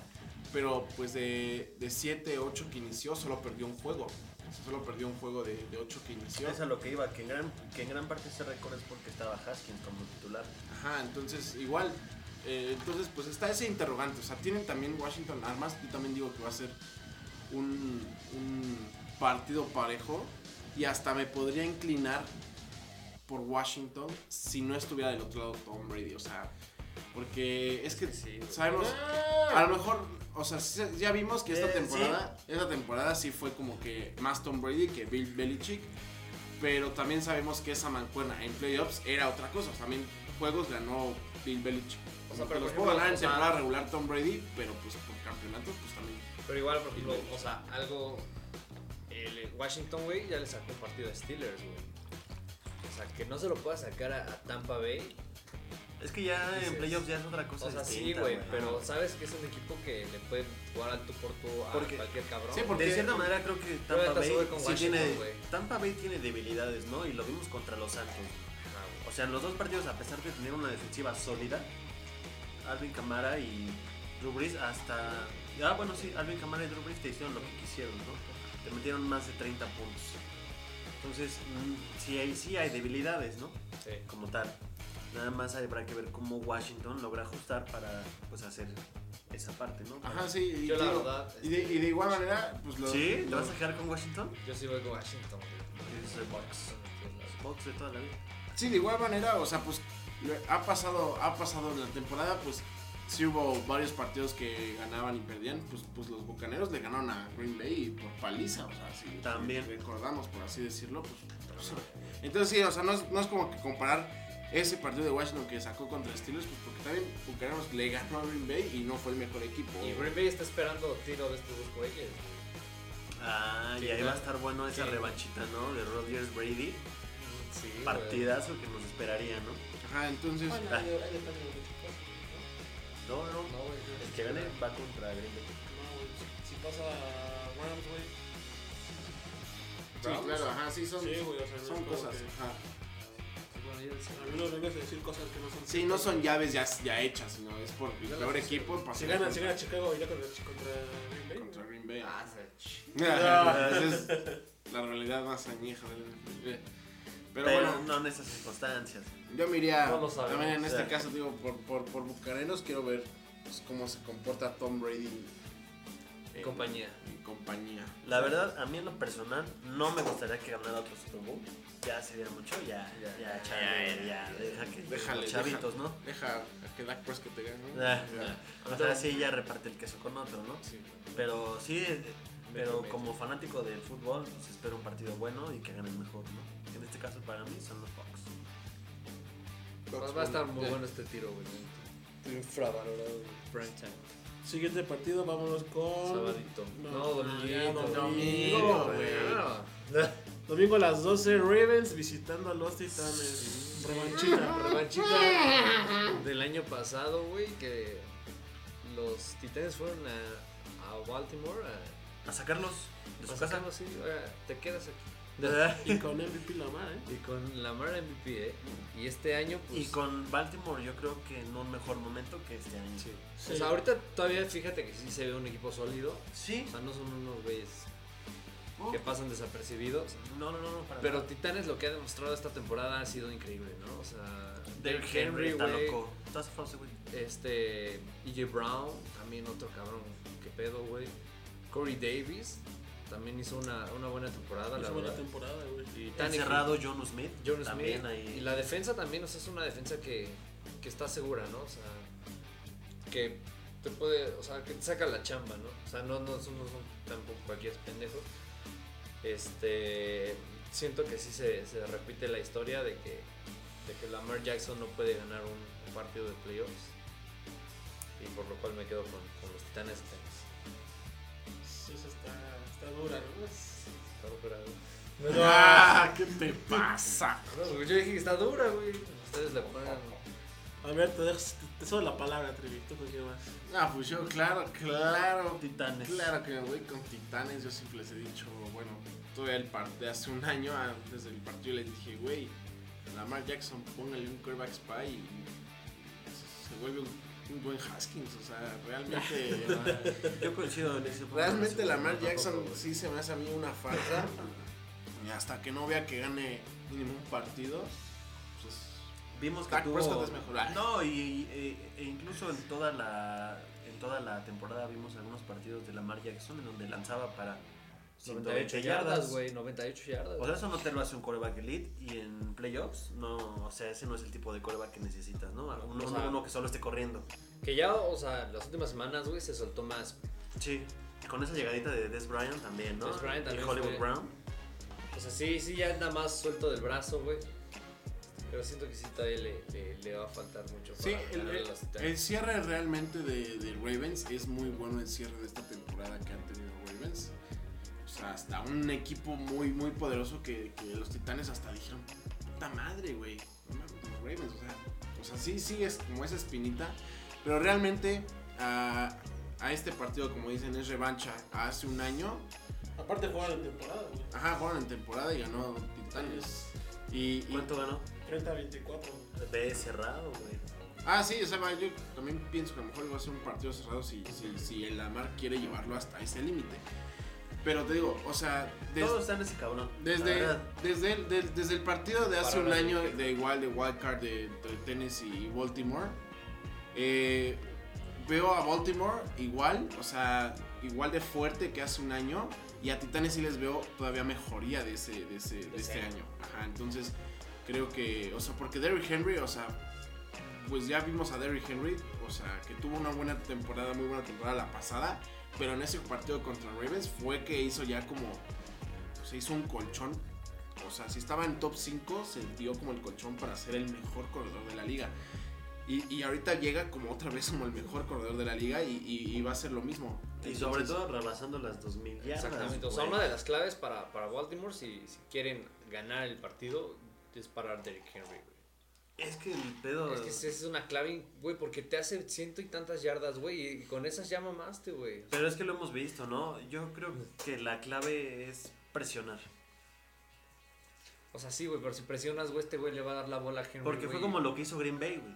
pero pues de, de 7, 8 que inició solo perdió un juego, O sea, solo perdió un juego de, de 8 que inició.
Es a lo que iba, que en gran, que en gran parte ese récord es porque estaba Haskins como titular.
Ajá, entonces igual. eh, entonces, pues está ese interrogante. O sea, tienen también Washington armas. Yo también digo que va a ser un, un partido parejo. Y hasta me podría inclinar por Washington si no estuviera del otro lado Tom Brady. O sea, porque es que
Sí, güey.
sabemos. A lo mejor, o sea, sí- ya vimos que esta
Eh,
temporada, esta temporada sí fue como que más Tom Brady que Bill Belichick, pero también sabemos que esa mancuerna en playoffs era otra cosa. También juegos ganó Bill Belichick.
O
O sea,
sea, pero
los
por
pudo
ejemplo,
ganar
o
en
sea-
temporada regular Tom Brady, pero pues por campeonatos pues también.
Pero igual, por ejemplo, o sea, algo. El Washington, güey, ya le sacó partido a Steelers, güey. O sea, que no se lo pueda sacar a, a Tampa Bay.
Es que ya
Dices,
en playoffs ya es otra cosa.
O sea, sí,
distinta,
güey,
¿no?
pero sabes que es un equipo que le puede jugar al tú por tú a
Porque-
cualquier cabrón.
Sí, porque-
de cierta manera creo que Tampa
ahorita
Bay,
sube con
sí
Washington,
tiene,
güey.
Tampa Bay tiene debilidades, ¿no? Y lo vimos contra los Santos.
Ajá, güey.
O sea, en los dos partidos, a pesar de tener una defensiva sólida, Alvin Camara y Drew Brees hasta... Ah, bueno, sí, Alvin Camara y Drew Brees te hicieron lo que quisieron, ¿no? Te metieron más de 30 puntos. Entonces, mm, sí hay, sí hay debilidades, ¿no?
Sí.
como tal. Nada más habrá que ver cómo Washington logra ajustar para pues hacer esa parte, ¿no?
Ajá, sí. y
Yo la
digo-
verdad,
Y de, y de igual manera, pues los.
¿Sí? ¿Te
los-
vas a quedar con Washington?
Yo sí voy con Washington, güey.
Yo soy Bucks. Los Bucks de toda la vida.
Sí, de igual manera, o sea, pues lo- ha pasado, ha pasado en la temporada, pues sí hubo varios partidos que ganaban y perdían, pues, pues los Bucaneros le ganaron a Green Bay por paliza, o sea, si
También.
recordamos, por así decirlo, pues... pues, entonces sí, o sea, no es, no es como que comparar ese partido de Washington que sacó contra Steelers, pues porque también Bucaneros le ganó a Green Bay y no fue el mejor equipo.
Y Green Bay está esperando tiro de este estos dos güeyes.
Ah,
Sí,
y ahí
claro.
va a estar bueno esa
Sí.
revanchita, ¿no? De Rodgers Brady.
Sí, güey.
Partidazo que nos esperaría, ¿no?
Ajá, entonces...
Ah.
Si
No, no.
No, güey.
El que gane va contra Green Bay.
pasa Rams, güey.
Sí, claro, ajá, sí, son,
Sí, güey, o sea, no
son
es como
cosas.
que-
ajá.
Bueno, yo sí.
A mí no vengas a decir cosas que no son.
Sí, no son llaves ya, ya hechas, sino es por el peor equipo.
Si
pasó
gana,
contra-
si gana Chicago y ya contra, contra Green Bay.
Contra
güey.
Green Bay.
Ah, se-
Esa es la realidad más añeja del NFL. Pero,
Pero,
bueno,
no en esas circunstancias.
yo me iría.
No lo sabemos,
también en
o
este
sea.
caso, digo, por, por, por Bucaneros, quiero ver pues, cómo se comporta Tom Brady.
En compañía.
En compañía.
La verdad, a mí en lo personal, no me gustaría que ganara otro Super Bowl. Ya sería mucho, ya, ya,
Ya,
ya,
ya,
chale, ya, deja que
Déjale,
los chavitos, ¿no?
Deja a que Dak Prescott te gane. ¿no?
Ah,
Ya.
O sea, sí, ya reparte el queso con otro, ¿no?
Sí.
Pero sí, eh, pero
Vete,
como fanático del fútbol, pues espero un partido bueno y que ganen mejor, ¿no? En este caso para mí son los Fox.
Pues va a estar muy
Ya.
bueno este tiro, güey. Infravalorado, güey. Prime time.
Siguiente partido, vámonos con.
Sabadito.
No,
No,
ya,
domingo.
domingo,
güey.
Domingo a las 12, Ravens visitando a los Titanes. Revanchita.
Revanchita del año pasado, güey, que los titanes fueron a, a Baltimore a,
A sacarlos de
a
su casa.
sacarlos, sí, oiga, te quedas aquí.
¿verdad?
Y con MVP Lamar, ¿eh?
Y con Lamar MVP, ¿eh? Y este año, pues...
Y con Baltimore yo creo que en un mejor momento que este año.
sí.
Sí.
O sea, ahorita todavía fíjate que sí se ve un equipo sólido.
Sí.
O sea, no son unos güeyes
Oh.
que pasan desapercibidos.
No, no, no, no, para
Pero
nada.
Titanes lo que ha demostrado esta temporada ha sido increíble, ¿no? O sea,
Derrick Henry está
güey,
loco. Estás falso, güey.
Este. E.J. Brown, también otro cabrón. ¿Qué pedo, güey? Corey Davis también hizo una, una buena temporada, la
Hizo buena
verdad.
temporada, güey.
Y Tannehill,
Encerrado John Smith.
John
también
Smith.
ahí.
Y la defensa también, o sea, es una defensa que, que está segura, ¿no? O sea, que te puede. O sea, que te saca la chamba, ¿no? O sea, no, no, son- no son tampoco cualquier pendejo. Este. Siento que sí se, se repite la historia de que, de que Lamar Jackson no puede ganar un partido de playoffs.
y por lo cual me quedo con, con los Titanes de Tennessee.
Sí, eso está, está dura, ¿no? Es-
Está logrado.
Ah, ¿Qué te pasa?
Ah, No, güey, yo dije que está dura, güey. Ustedes le ponen.
A ver, te dejo te cedo la palabra, Trivi. ¿Tú con qué vas?
Ah, pues yo, claro, claro.
Titanes.
Claro que me voy con Titanes. Yo siempre les he dicho, bueno, todavía el partido hace un año, antes del partido, les dije, güey, Lamar Jackson, póngale un quarterback spy y se vuelve un, un buen Haskins. O sea, realmente.
Yo coincido en ese punto.
Realmente Lamar Jackson
güey.
sí se me hace a mí una farsa. Y hasta que no vea que gane mínimo un partido, pues
Vimos que
Dak
tuvo...
Prescott es mejor. Ah.
No, y, y- e- e incluso en toda la en toda la temporada vimos algunos partidos de Lamar Jackson en donde lanzaba para
98 yardas, güey. 98 yardas.
O sea, eso no te lo hace un coreback elite y en playoffs, no, o sea, ese no es el tipo de coreback que necesitas, ¿no? Uno,
O sea-
uno que solo esté corriendo.
Que ya, o sea, las últimas semanas, güey, se soltó más.
Sí. Con esa llegadita de Des Bryant también, ¿no?
Dez Bryant también
Y Hollywood
fue-
Brown.
O sea, sí, sí, ya anda más suelto del brazo, güey. Pero siento que sí todavía le, le, le va a faltar mucho para
Sí, el,
ganarle a
el-
los
el
Titanes.
cierre realmente de, de Ravens es muy bueno el cierre de esta temporada que han tenido Ravens. O sea, hasta un equipo muy, muy poderoso que, que los Titanes hasta dijeron, puta madre, güey. No mames, los Ravens, o sea, o sea, sí, sí, es como esa espinita. Pero realmente a, a este partido, como dicen, es revancha. Hace un año
Aparte jugaron en temporada, güey.
Ajá, jugaron en temporada y ganó Titanes. Y, y-
¿Cuánto ganó?
30-24.
Ve cerrado, güey.
Ah, sí, o sea, yo también pienso que a lo mejor va a ser un partido cerrado si, si, si el Lamar quiere llevarlo hasta ese límite. Pero te digo, o sea, des-
Todos están ese cabrón. la
desde,
verdad.
desde, el, del- desde el partido de hace
Para
un
la
año,
liga.
de igual de Wildcard de, entre Tennessee y Baltimore, eh, veo a Baltimore igual, o sea, igual de fuerte que hace un año. Y a Titanes sí les veo todavía mejoría de, ese, de, ese- de
De
este
ese
año.
año.
Ajá, entonces creo que, o sea, porque Derrick Henry, o sea, pues ya vimos a Derrick Henry, o sea, que tuvo una buena temporada, muy buena temporada la pasada, pero en ese partido contra Ravens fue que hizo ya como, pues, se hizo un colchón. O sea, si estaba en top 5, se dio como el colchón para ser el mejor corredor de la liga. Y, y ahorita llega como otra vez como el mejor corredor de la liga y, y- y va a ser lo mismo.
Y sobre
Entonces,
todo rebasando las 2000 yardas.
Exactamente. O sea,
güey.
una de las claves para, para Baltimore, si, si quieren ganar el partido, es parar Derrick Henry, güey.
Es que el pedo.
Es que esa es una clave, güey, porque te hace ciento y tantas yardas, güey, y con esas ya mamaste, güey.
Pero es que lo hemos visto, ¿no? Yo creo que la clave es presionar.
O sea, sí, güey, pero si presionas, güey, este güey le va a dar la bola a Henry,
Porque fue
güey.
como lo que hizo Green Bay, güey.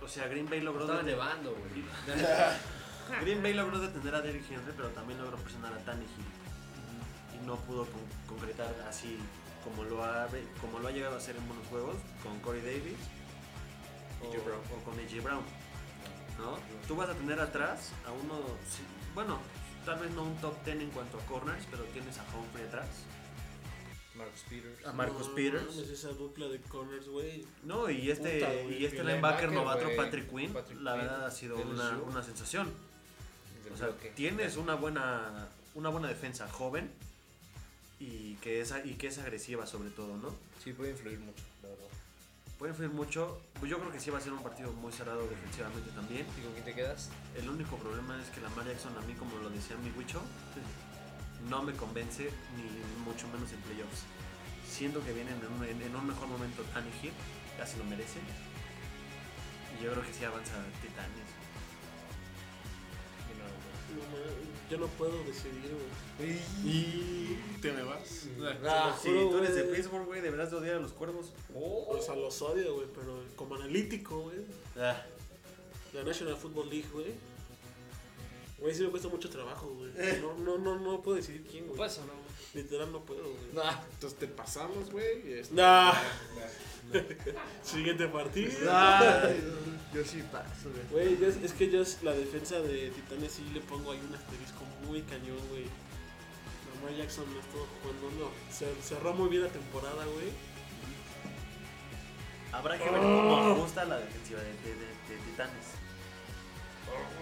O sea, Green Bay logró.
Estaba
deten-
nevando, güey.
Green Bay logró detener a Derrick Henry, pero también logró presionar a Tannehill. Y no pudo con- concretar así como lo, ha, como lo ha llegado a hacer en buenos juegos con Corey Davis o,
A.J. Brown.
o con AJ Brown. ¿no? Tú vas a tener atrás a uno, sí, bueno, tal vez no un top 10 en cuanto a corners, pero tienes a Humphrey atrás,
Marcus Peters.
a Marcus
No,
Peters.
mames, esa dupla de corners, güey.
No, y este,
Puta, güey,
y este
el
linebacker
linebacker,
novato
güey,
Patrick Quinn,
Patrick
la
Quinn,
verdad ha sido
de
una,
LSU.
una sensación.
del
O sea,
bloque.
tienes una buena, una buena defensa joven y que, es, y que es agresiva sobre todo, ¿no?
Sí, puede influir mucho, la verdad.
Puede influir mucho. Pues yo creo que sí va a ser un partido muy cerrado defensivamente también.
¿Y con quién te quedas?
El único problema es que Lamar Jackson a mí, como lo decía mi Wicho, no me convence ni mucho menos en playoffs. Siento que vienen en un, en- en un mejor momento Tannehill, ya se lo merece. Y yo creo que sí avanza Titanes.
No, mames, yo no puedo decidir, güey.
¿Y te me vas?
Ah.
si
juro,
tú eres de
güey.
Pittsburgh, güey, deberás de odiar a los cuervos.
Oh.
O sea, los odio, güey, pero como analítico, güey.
Ah,
La National Football League, güey. Güey, sí me cuesta mucho trabajo, güey. No, no, no, no puedo decidir quién, güey.
Pues o no.
Literal no puedo, güey.
Entonces te pasamos, güey. este-
Nah. Siguiente partido.
Yo sí paso, güey.
Güey, yo- es que yo la defensa de Titanes sí le pongo ahí un asterisco muy cañón, güey. Lamar Jackson no estuvo jugando, no. Se- cerró muy bien la temporada, güey.
habrá que ver cómo ajusta la defensiva de, de- de- de Titanes.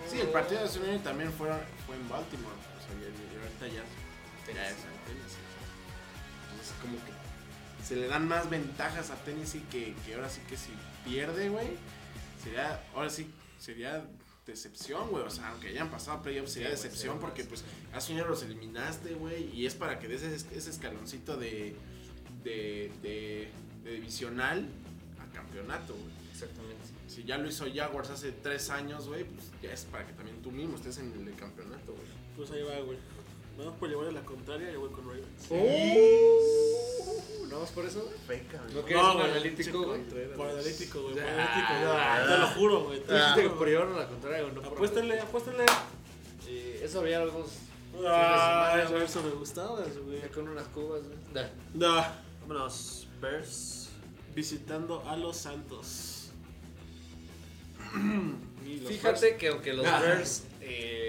Sí, el partido de Sunday también fue, fue en Baltimore. O sea, y- y ahorita ya, ya es en Tennessee. Entonces, como que se le dan más ventajas a Tennessee que, que ahora sí que si pierde, güey. Sería, ahora sí, sería decepción, güey. O sea, aunque hayan pasado a playoffs, sería
güey,
decepción
sería
porque,
una
pues, hace un año los eliminaste, güey. Y es para que des ese, ese escaloncito de, de, de, de divisional a campeonato, güey.
Exactamente.
Si ya lo hizo Jaguars hace tres años, güey, pues ya es para que también tú mismo estés en el campeonato, güey.
Pues ahí va, güey. Nada más por llevarle la contraria, yo voy con Ravens.
Uh, ¿No vas por eso?
Peca, güey.
¿No quieres
No,
un
güey,
analítico, güey?
Por analítico, güey. Por
Ah.
analítico. Te lo juro, güey. te lo
Dijiste que
juro,
por
güey.
llevarlo a la contraria, güey, no por-
Apuéstenle, apuéstenle.
Eh, eso ya lo vemos
Ah, eso me gustaba, güey.
ya con unas cubas, güey.
No.
Vámonos, Bears.
Visitando a los Santos.
Fíjate que aunque los
Ah.
Bears eh,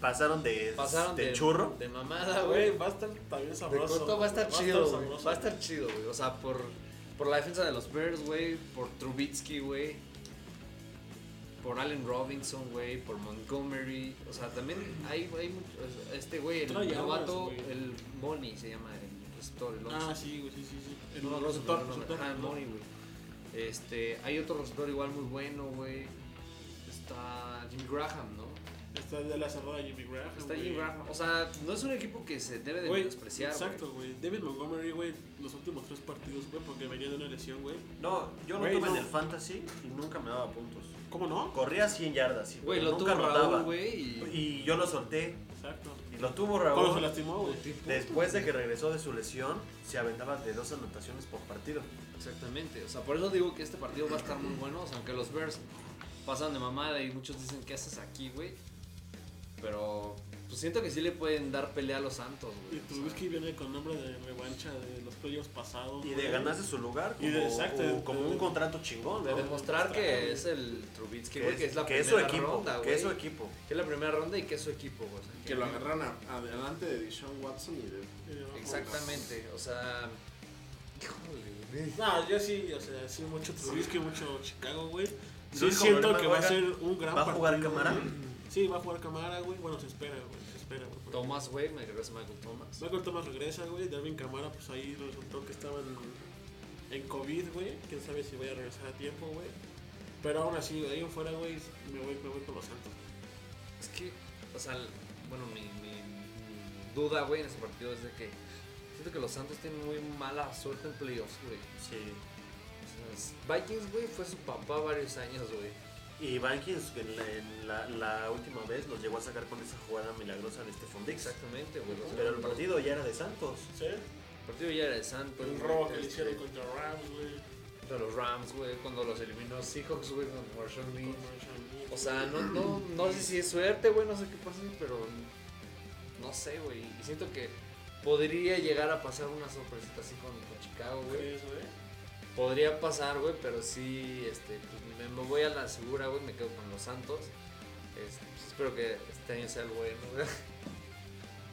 Pasaron de,
pasaron
de,
de
churro.
de mamada, güey.
Ah, Güey, va a estar también
De
sabroso.
corto va a estar chido, güey.
sabroso.
Va a estar chido, güey. O sea, por, por la defensa de los Bears, güey. Por Trubitsky, güey. Por Allen Robinson, güey. Por Montgomery. O sea, también hay, hay mucho- Este güey, el
Trae armas,
novato,
güey.
el Money se llama, el receptor, el once.
Ah, sí, güey, sí, sí, sí.
No, no,
receptor,
no, no,
receptor,
ajá,
receptor.
Money, güey. Este, hay otro receptor igual muy bueno, güey. Está Jimmy Graham, ¿no?
Está de la cerrada Jimmy Graham.
Está
Ah, güey.
Jimmy Graham. O sea, no es un equipo que se debe de
Güey,
menospreciar, güey.
Exacto, güey. David Montgomery, güey, los últimos tres partidos, güey, porque venía de una lesión, güey.
No, yo lo
Güey,
tuve
no.
en el fantasy y nunca me daba puntos.
¿Cómo no?
Corría 100 yardas, sí,
Güey,
pero
lo tuvo
nunca anotaba.
Raúl, güey. Y...
Y yo lo solté.
Exacto.
Y lo tuvo
Cuando se
Raúl.
lastimó, güey.
Después de que regresó de su lesión, se aventaba de dos anotaciones por partido.
Exactamente. O sea, por eso digo que este partido va a estar muy bueno. O sea, aunque los Bears pasan de mamada y muchos dicen, ¿qué haces aquí, güey? Pero pues siento que sí le pueden dar pelea a los Santos,
Y
güey. O sea,
Trubisky viene con nombre de revancha de los playoffs pasados.
Y de
güey.
ganarse su lugar como,
Y de- exacto,
como-
de-
como
de-
un contrato chingón,
de
¿no?
demostrar que
Claro.
es el Trubitsky,
Que
güey,
es,
que es la
que es su
primera
equipo.
ronda,
que
güey.
es su equipo.
Que es la primera ronda y que es su equipo, güey. O sea,
Que lo agarraron a- adelante de Deshaun Watson y de.
Y de abajo.
Exactamente, o sea. Híjole, güey.
No, yo sí, o sea, sí, mucho Trubisky, mucho Chicago, güey. Sí,
Luis
siento
Coronel
que va a
juega-
ser un gran
¿Va a
partido.
jugar Camara?
güey. Sí, va a jugar Camara, güey. Bueno, se espera, güey. Se espera, güey. porque-
Thomas, güey, me regresa Michael Thomas.
Michael Thomas regresa, güey. Darwin Camara, pues ahí resultó que estaban en COVID, güey. Quién sabe si voy a regresar a tiempo, güey. Pero aún así, de ahí en fuera, güey, me voy, me voy con los Santos.
Es que, o sea, bueno, mi, mi- mi duda, güey, en ese partido es de que siento que los Santos tienen muy mala suerte en playoffs, güey.
Sí.
O sea, Vikings, güey, fue su papá varios años, güey.
Y Bankins en la, en la- la última vez los llegó a sacar con esa jugada milagrosa de Stephon Dix.
Exactamente, güey. los-
Pero el partido ya era de Santos.
¿Sí?
el partido ya era de Santos.
Un
güey,
robo que le
este,
hicieron contra Rams, güey.
contra los Rams, güey, cuando los eliminó Seahawks, güey, con Marshall Lynch.
contra Sean
O sea, no, no, no sé si es suerte, güey, no sé qué pasa, pero no sé, güey. Y siento que podría llegar a pasar una sorpresita así con, con Chicago, güey.
¿Crees, güey?
Podría pasar, güey, pero sí, este, pues, me, me voy a la segura, güey, me quedo con los Santos. Este, pues, espero que este año sea el bueno, güey.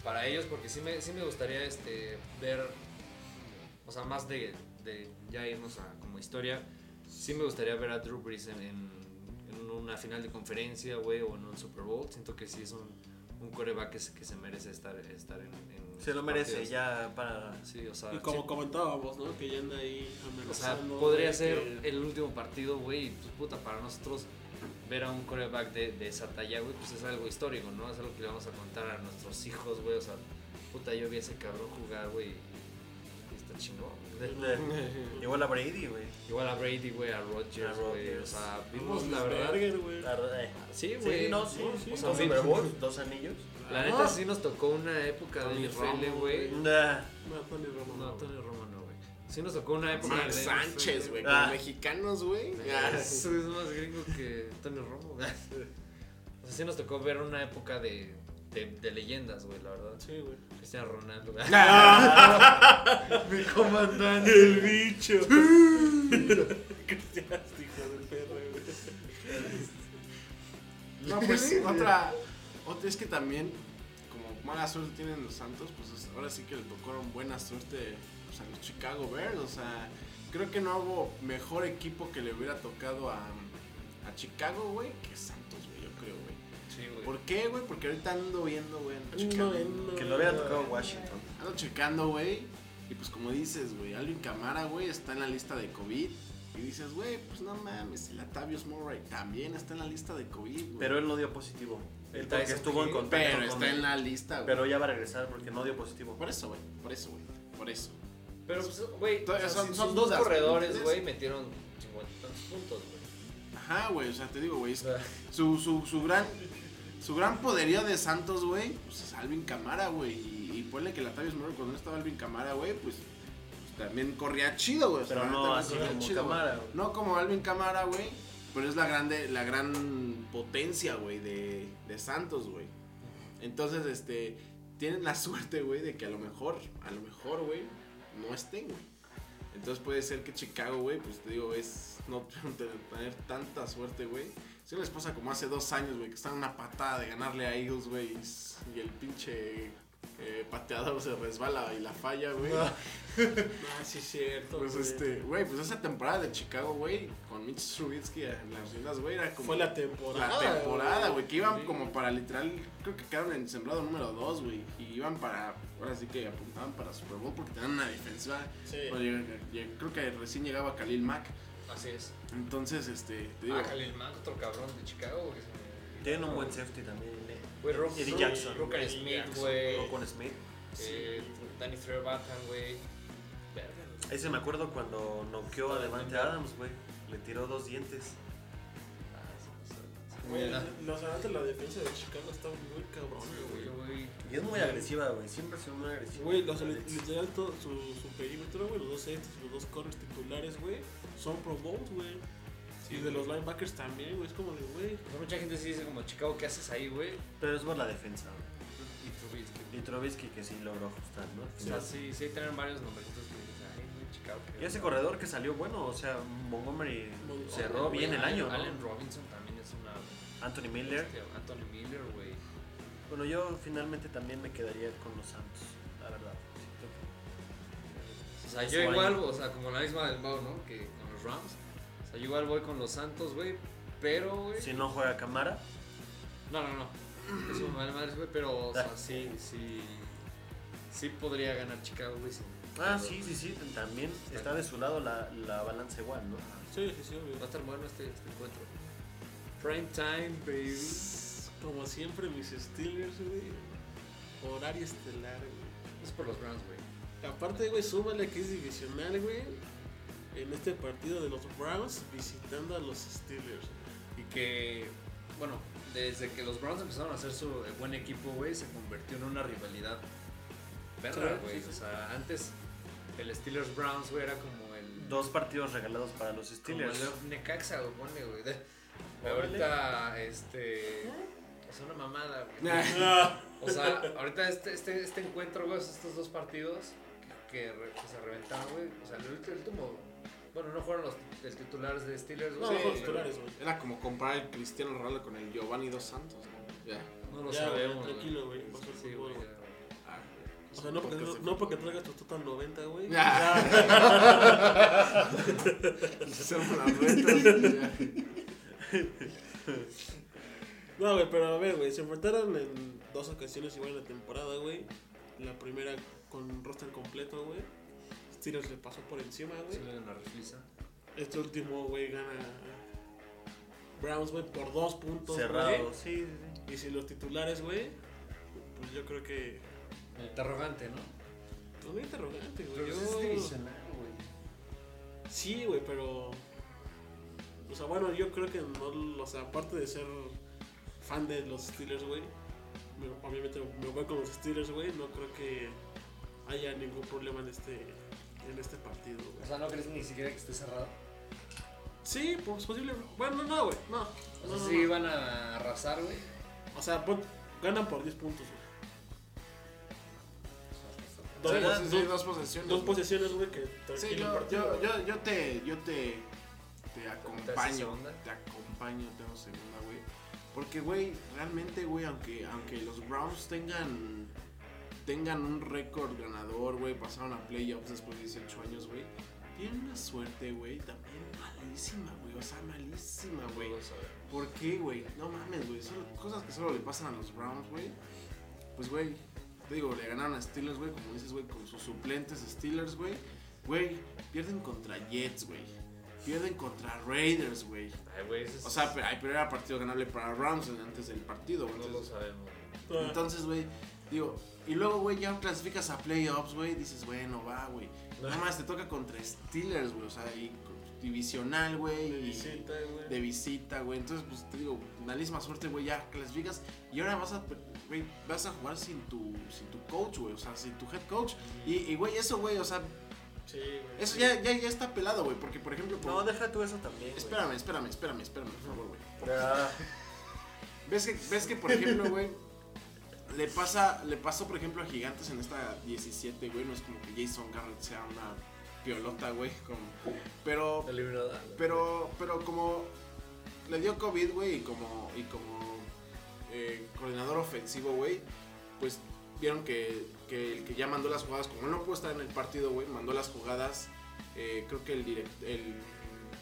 Para ellos, porque sí me, sí me gustaría este, ver, o sea, más de, de ya irnos a como historia, sí me gustaría ver a Drew Brees en, en- en una final de conferencia, güey, o en un Super Bowl. Siento que sí es un, un coreback que se, que se merece estar, estar en, en
Se lo merece
partidos.
ya para...
Sí, o sea,
Y como
Ah, sí.
comentábamos, ¿no? Que ya anda ahí
O sea,
amenazando.
podría
güey,
ser
que-
el último partido, güey. y, Pues puta, para nosotros ver a un coreback de, de esa talla, güey, pues es algo histórico, ¿no? Es algo que le vamos a contar a nuestros hijos, güey. O sea, puta, yo vi a ese cabrón jugar, güey. y Está chingón. güey.
Llegó la Brady, güey.
Igual a Brady, güey, a
A
Rodgers, güey. O
Rodgers.
sea, vimos
Vimos
la verdad.
Berger, güey.
La- eh,
Sí, güey.
Sí, no, sí.
no, sí.
O sea,
Sí.
Super Bowl, dos anillos.
La neta sí nos tocó una época de
Tony
NFL,
Romo,
güey.
Nah.
No, Tony Romo.
No,
No,
Tony Romo no, güey. Sí nos tocó una época
Mark
de
Sánchez, güey.
Ah.
Con mexicanos, güey. Ah,
Eso es más gringo que Tony Romo. güey. O sea, sí nos tocó ver una época de, de, de leyendas, güey, la verdad.
Sí, güey.
Cristiano Ronaldo. güey.
Mi comandante.
El bicho. Cristian, hijo del perro, güey.
No, pues sí, otra, otra. Es que también, como mala suerte tienen los Santos, pues es- ahora sí que le tocaron buena suerte pues, a los Chicago Bears. O sea, creo que no hubo mejor equipo que le hubiera tocado a, a Chicago, güey, que Santos, güey, yo creo, güey.
Sí, güey.
¿Por qué, güey? Porque ahorita ando viendo, güey, ando
No,
checando.
no,
Que lo hubiera
no.
tocado Washington.
Ando checando, güey. Y pues como dices, güey, Alvin Camara, güey, está en la lista de COVID. Y y dices, güey, pues no mames, el Latavius Murray también está en la lista de COVID, güey.
Pero él no dio positivo. Él
Está
porque
ese
estuvo en
Hill,
contacto
Pero
con
está en la lista, güey.
Pero ya va a regresar porque no dio positivo.
Por eso, güey, por eso, güey, por eso.
Pero, pues, güey,
Todavía
o sea,
son-
sus-
son
sus dos
dudas,
corredores,
¿entiendes?
güey, metieron 50 y tantos puntos, güey.
Ajá, güey, o sea, te digo, güey,
O
es-
sea,
su, su, su gran su gran poderío de Santos, güey, pues es Alvin Camara, güey. Y, y ponle que Latavius Murray cuando no estaba Alvin Camara, güey, pues, pues también corría chido, güey. O sea,
Pero
la
no
neta,
así
corría
como
güey.
Camara, güey.
No como Alvin Camara, güey, pero es la grande la gran potencia, güey, de, de Santos, güey. Entonces, este tienen la suerte, güey, de que a lo mejor, a lo mejor, güey, no estén, güey. Entonces puede ser que Chicago, güey, pues te digo, es no tener tanta suerte, güey. Si les pasa como hace dos años, güey, que estaban una patada de ganarle a Eagles, güey, y s- y el pinche eh, pateador se resbala y la falla, güey.
Ah, sí, es cierto.
pues
güey.
este, güey, pues esa temporada de Chicago, güey, con Mitch Trubisky en las riendas, güey, era como
Fue la temporada.
la temporada,
güey.
güey, que iban como para literal, creo que quedaron en sembrado número 2, güey, y iban para, ahora sí que apuntaban para Super Bowl porque tenían una defensiva,
Sí.
bueno, yo- yo creo que recién llegaba Khalil Mack,
Así es.
entonces, este, te digo,
Ah, Khalil Mack, otro cabrón de Chicago, güey. que se me-
Tienen un buen safety también. eh.
Güey, Rock,
Eddie
Rock-
Jackson.
Rock and
Eddie
Smith,
Jackson.
güey.
Jugó con Smith.
eh, Danny Fairbairn, güey. Verga, güey.
Ese me acuerdo cuando noqueó a Devante Adams, güey. Le tiró dos dientes.
Ah, sí, sí, sí.
Güey,
Buena.
Los adelante de la defensa de Chicago está muy cabrón, güey.
Güey,
Y es muy agresiva, güey. Siempre ha sido muy agresiva.
Güey, los literal todo su, su perímetro, güey, los dos safeties, los dos corners titulares, güey, son pro bowls, güey. y de los linebackers también, güey, es como de, güey.
pues mucha gente sí dice como, Chicago, ¿qué haces ahí, güey?
Pero es por la defensa, güey.
Y Trubisky.
Y Trubisky que sí logró ajustar, ¿no?
O sea, sí, sí tienen varios nombrecitos que dices, ay, güey, Chicago. qué
Y ese
bueno".
corredor que salió bueno, o sea, Montgomery
Montgomery,
cerró
Güey,
bien el año,
Allen- Allen
¿no?
Robinson también es una...
Anthony Miller.
hostia, Anthony Miller, güey.
Bueno, yo finalmente también me quedaría con los Santos, la verdad.
O sea, yo
Su
igual,
año.
o sea, como la misma del Mau, ¿no? Que con los Rams. O sea, yo igual voy con los Santos, güey. Pero, güey.
Si no juega Camara,
No, no, no. Eso me vale madres, güey. Pero, o sea, sí, sí. Sí podría ganar Chicago, güey. sin-
Ah, sí, sí, sí, también está de su lado la, la balanza igual, ¿no?
Sí, sí, sí,
Va a
güey.
estar bueno este, este encuentro. Prime time, baby.
Como siempre, mis Steelers, güey. Horario estelar, güey.
Es por los Browns, güey.
Aparte, güey, súmale que es divisional, güey. En este partido de los Browns visitando a los Steelers.
Y que, bueno, desde que los Browns empezaron a hacer su eh, buen equipo, güey, se convirtió en una rivalidad. Perra,
Sí,
güey.
sí,
O sea, antes el Steelers Browns, güey, era como el.
Dos partidos regalados para los
Como el
Steelers.
de Necaxa, güey, ponle, güey. De-
Órale.
Ahorita, este. O sea, una mamada, güey.
Ah,
O sea, ahorita este, este, este encuentro, güey, o sea, estos dos partidos que, que re- que se reventaron, güey. O sea, el ulti- el último. Bueno, no fueron los, los titulares de Steelers,
No,
güey.
no
pero-
son titulares, güey.
era como comparar el Cristiano Ronaldo con el Giovanni Dos Santos, ¿no? Ya.
No lo
Ya, güey,
sabemos.
tranquilo, güey,
Es
vas
que
al
Sí,
fútbol,
güey.
güey.
ya, güey.
Ah,
O sea, no porque, Ah. no, no porque traigas tu total 90, güey.
Ya. Hacemos las retas, ya.
No, güey, pero a ver, güey, se enfrentaron en dos ocasiones igual en la temporada, güey. La primera con roster completo, güey. Steelers le pasó por encima,
Sí,
güey.
le dieron la reflisa.
Este último, güey, gana Browns, güey, por dos puntos.
Cerrado, sí, sí, sí.
güey. Y si los titulares, güey, pues yo creo que...
El interrogante, ¿no?
Pues un interrogante, güey.
Pero
Yo-
es divisional, güey.
Sí, güey, pero... O sea, bueno, yo creo que no... O sea, aparte de ser fan de los Steelers, güey. me- Obviamente me voy con los Steelers, güey. No creo que haya ningún problema en este, en este partido,
O
güey.
sea, no crees ni siquiera que esté cerrado.
Sí, pues posible. Bueno, no, güey. No.
O
no,
sea,
no,
sí
no.
van a arrasar, güey.
O sea, pon- ganan por 10 puntos, güey.
Sí,
Dos,
sí,
dos-
sí, dos posesiones.
dos
¿no?
posesiones, güey, que
Sí,
tranquilo el
yo,
partido,
yo,
güey.
yo, yo te, yo te, te
haces
acompaño,
segunda?
te acompaño, tengo segunda, güey. Porque, güey, realmente, güey, aunque, aunque los Browns tengan, tengan un récord ganador, güey, pasaron a playoffs después de 18 años, güey, tienen una suerte, güey, también malísima, güey, o sea, malísima, güey. ¿Por qué, güey? No mames, güey. Son cosas que solo le pasan a los Browns, güey. Pues, güey, te digo, le ganaron a Steelers, güey, como dices, güey, con sus suplentes Steelers, güey. Güey, pierden contra Jets, güey. Pierden contra Raiders, güey.
Ay, güey, ese es-
O sea, pero, ay, pero era partido ganable para Rams antes del partido. güey.
no lo
Entonces,
sabemos.
entonces, güey, digo, y luego, güey, ya clasificas a playoffs, güey, dices, bueno, va, güey. Nada más te toca contra Steelers, güey, o sea, y divisional, güey.
De
y-
visita, güey.
de visita, güey. Entonces, pues te digo, malísima suerte, güey, ya clasificas. Y ahora vas a, güey, vas a jugar sin tu, sin tu coach, güey, o sea, sin tu head coach. Y, y, güey, eso, güey, o sea,
Sí, güey.
eso ya, ya, ya está pelado, güey, porque, por ejemplo, por-
No, deja tú eso también. güey.
espérame, espérame, espérame, espérame, por favor, güey.
Ah,
¿Ves que, ves que por ejemplo, güey, le pasa, le pasó, por ejemplo, a Gigantes en esta 17, güey, no es como que Jason Garrett sea una piolota, güey, como- pero,
Eliminada.
Pero, pero como le dio COVID, güey, y como, y como eh, coordinador ofensivo, güey, pues vieron que, que el que ya mandó las jugadas, como él no pudo estar en el partido, güey, mandó las jugadas, eh, creo que el direct- el,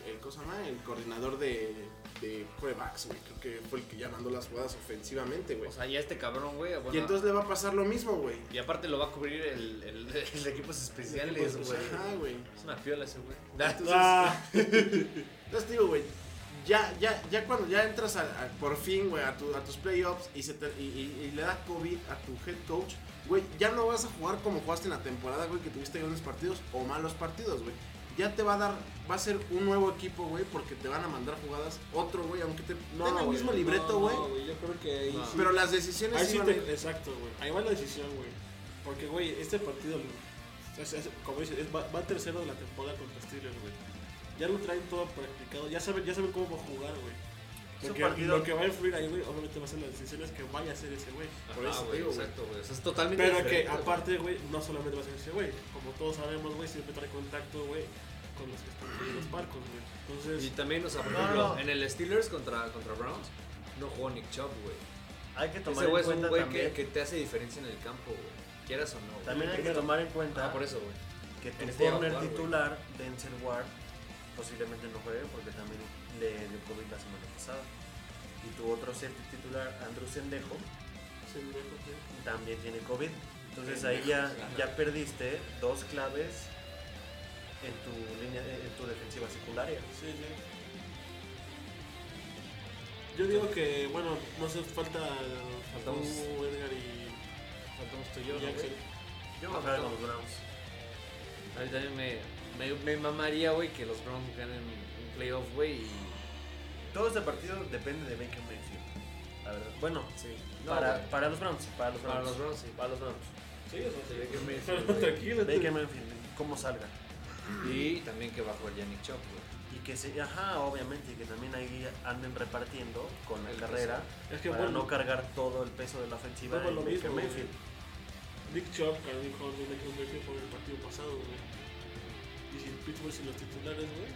el, ¿cómo se llama? El coordinador de, de quarterbacks, güey, creo que fue el que ya mandó las jugadas ofensivamente, güey.
O sea, ya este cabrón, güey. bueno,
y entonces le va a pasar lo mismo, güey.
y aparte lo va a cubrir el, el, el de equipos especiales,
Pues,
güey.
ajá, güey.
Es una piola ese, güey.
Entonces,
Ah,
Entonces te digo, güey, ya, ya, ya cuando ya entras a, a- por fin, güey, a, tu- a tus playoffs y, se te- y- y- y le da COVID a tu head coach, güey, ya no vas a jugar como jugaste en la temporada, güey, que tuviste buenos partidos o malos partidos, güey. Ya te va a dar, va a ser un nuevo equipo, güey, porque te van a mandar jugadas otro, güey, aunque te
no,
tenga el
güey,
mismo
no,
libreto, güey.
no, yo creo que ahí sí.
pero las decisiones
Ahí
sí
sí
van
te-
a ir-
exacto, güey. Ahí va la decisión, güey. Porque, güey, este partido, lo- o sea, es- como dices, es- va, va tercero de la temporada contra Steelers, güey. Ya lo traen todo practicado, ya saben, ya saben cómo va a jugar, güey.
Es un
Lo que,
partido-
lo que va a influir ahí, güey, obviamente va a ser las decisiones que vaya a hacer ese güey.
Por
Ajá,
eso te
güey,
digo, güey.
exacto, güey. O sea, es totalmente
Pero que
diferente, güey.
aparte, güey, no solamente va a ser ese güey. Como todos sabemos, güey, siempre trae contacto, güey, con los que están en los barcos, güey.
Y
Entonces,
también, o sea, por
No,
ejemplo,
no.
en el Steelers contra, contra Browns, no jugó Nick Chubb, güey.
hay que tomar
Ese
en
güey es un
cuenta
güey que,
también.
que te hace diferencia en el campo, güey. Quieras o no. güey.
También hay que
Primero.
tomar en cuenta
Ah, por eso, güey.
que tu
en este
corner
jugar, güey.
titular, Denzel Ward, posiblemente no juegue porque también le dio COVID la semana pasada. Y tu otro safety titular, Andrew Sendejo,
se me dejó, güey.
también tiene COVID. Entonces ahí ya, ya perdiste dos claves en tu línea, en tu defensiva secundaria.
Sí, sí. Yo digo que, bueno, no hace falta
Faltamos-
tú, Edgar y
Faltamos tú y yo, ¿no,
Jackson.
güey?
Yo
Ah,
voy a
no.
los Browns.
A mí también me, me, me mamaría, güey, que los Browns ganen un playoff, güey. Y...
Todo este partido depende de Baker Mayfield. La verdad. Bueno,
Sí.
para, para los Browns, para los Browns.
Para los Browns, sí.
Para los Browns.
Sí, o sea, sí.
Baker Mayfield,
Pero
güey.
tranquilo, tú.
Baker Mayfield, cómo salga.
Y también que va a jugar ya Nick Chubb, güey.
Y que se, ajá, obviamente, y que también ahí anden repartiendo con la
El
carrera
Es que,
para
bueno,
no cargar todo el peso de la ofensiva
Vamos
en
lo
Baker
mismo, güey.
Mayfield.
Nick Chubb, Carolina Horner, Baker Mayfield por el partido pasado, güey. Y si Pittsburgh sin los titulares, güey,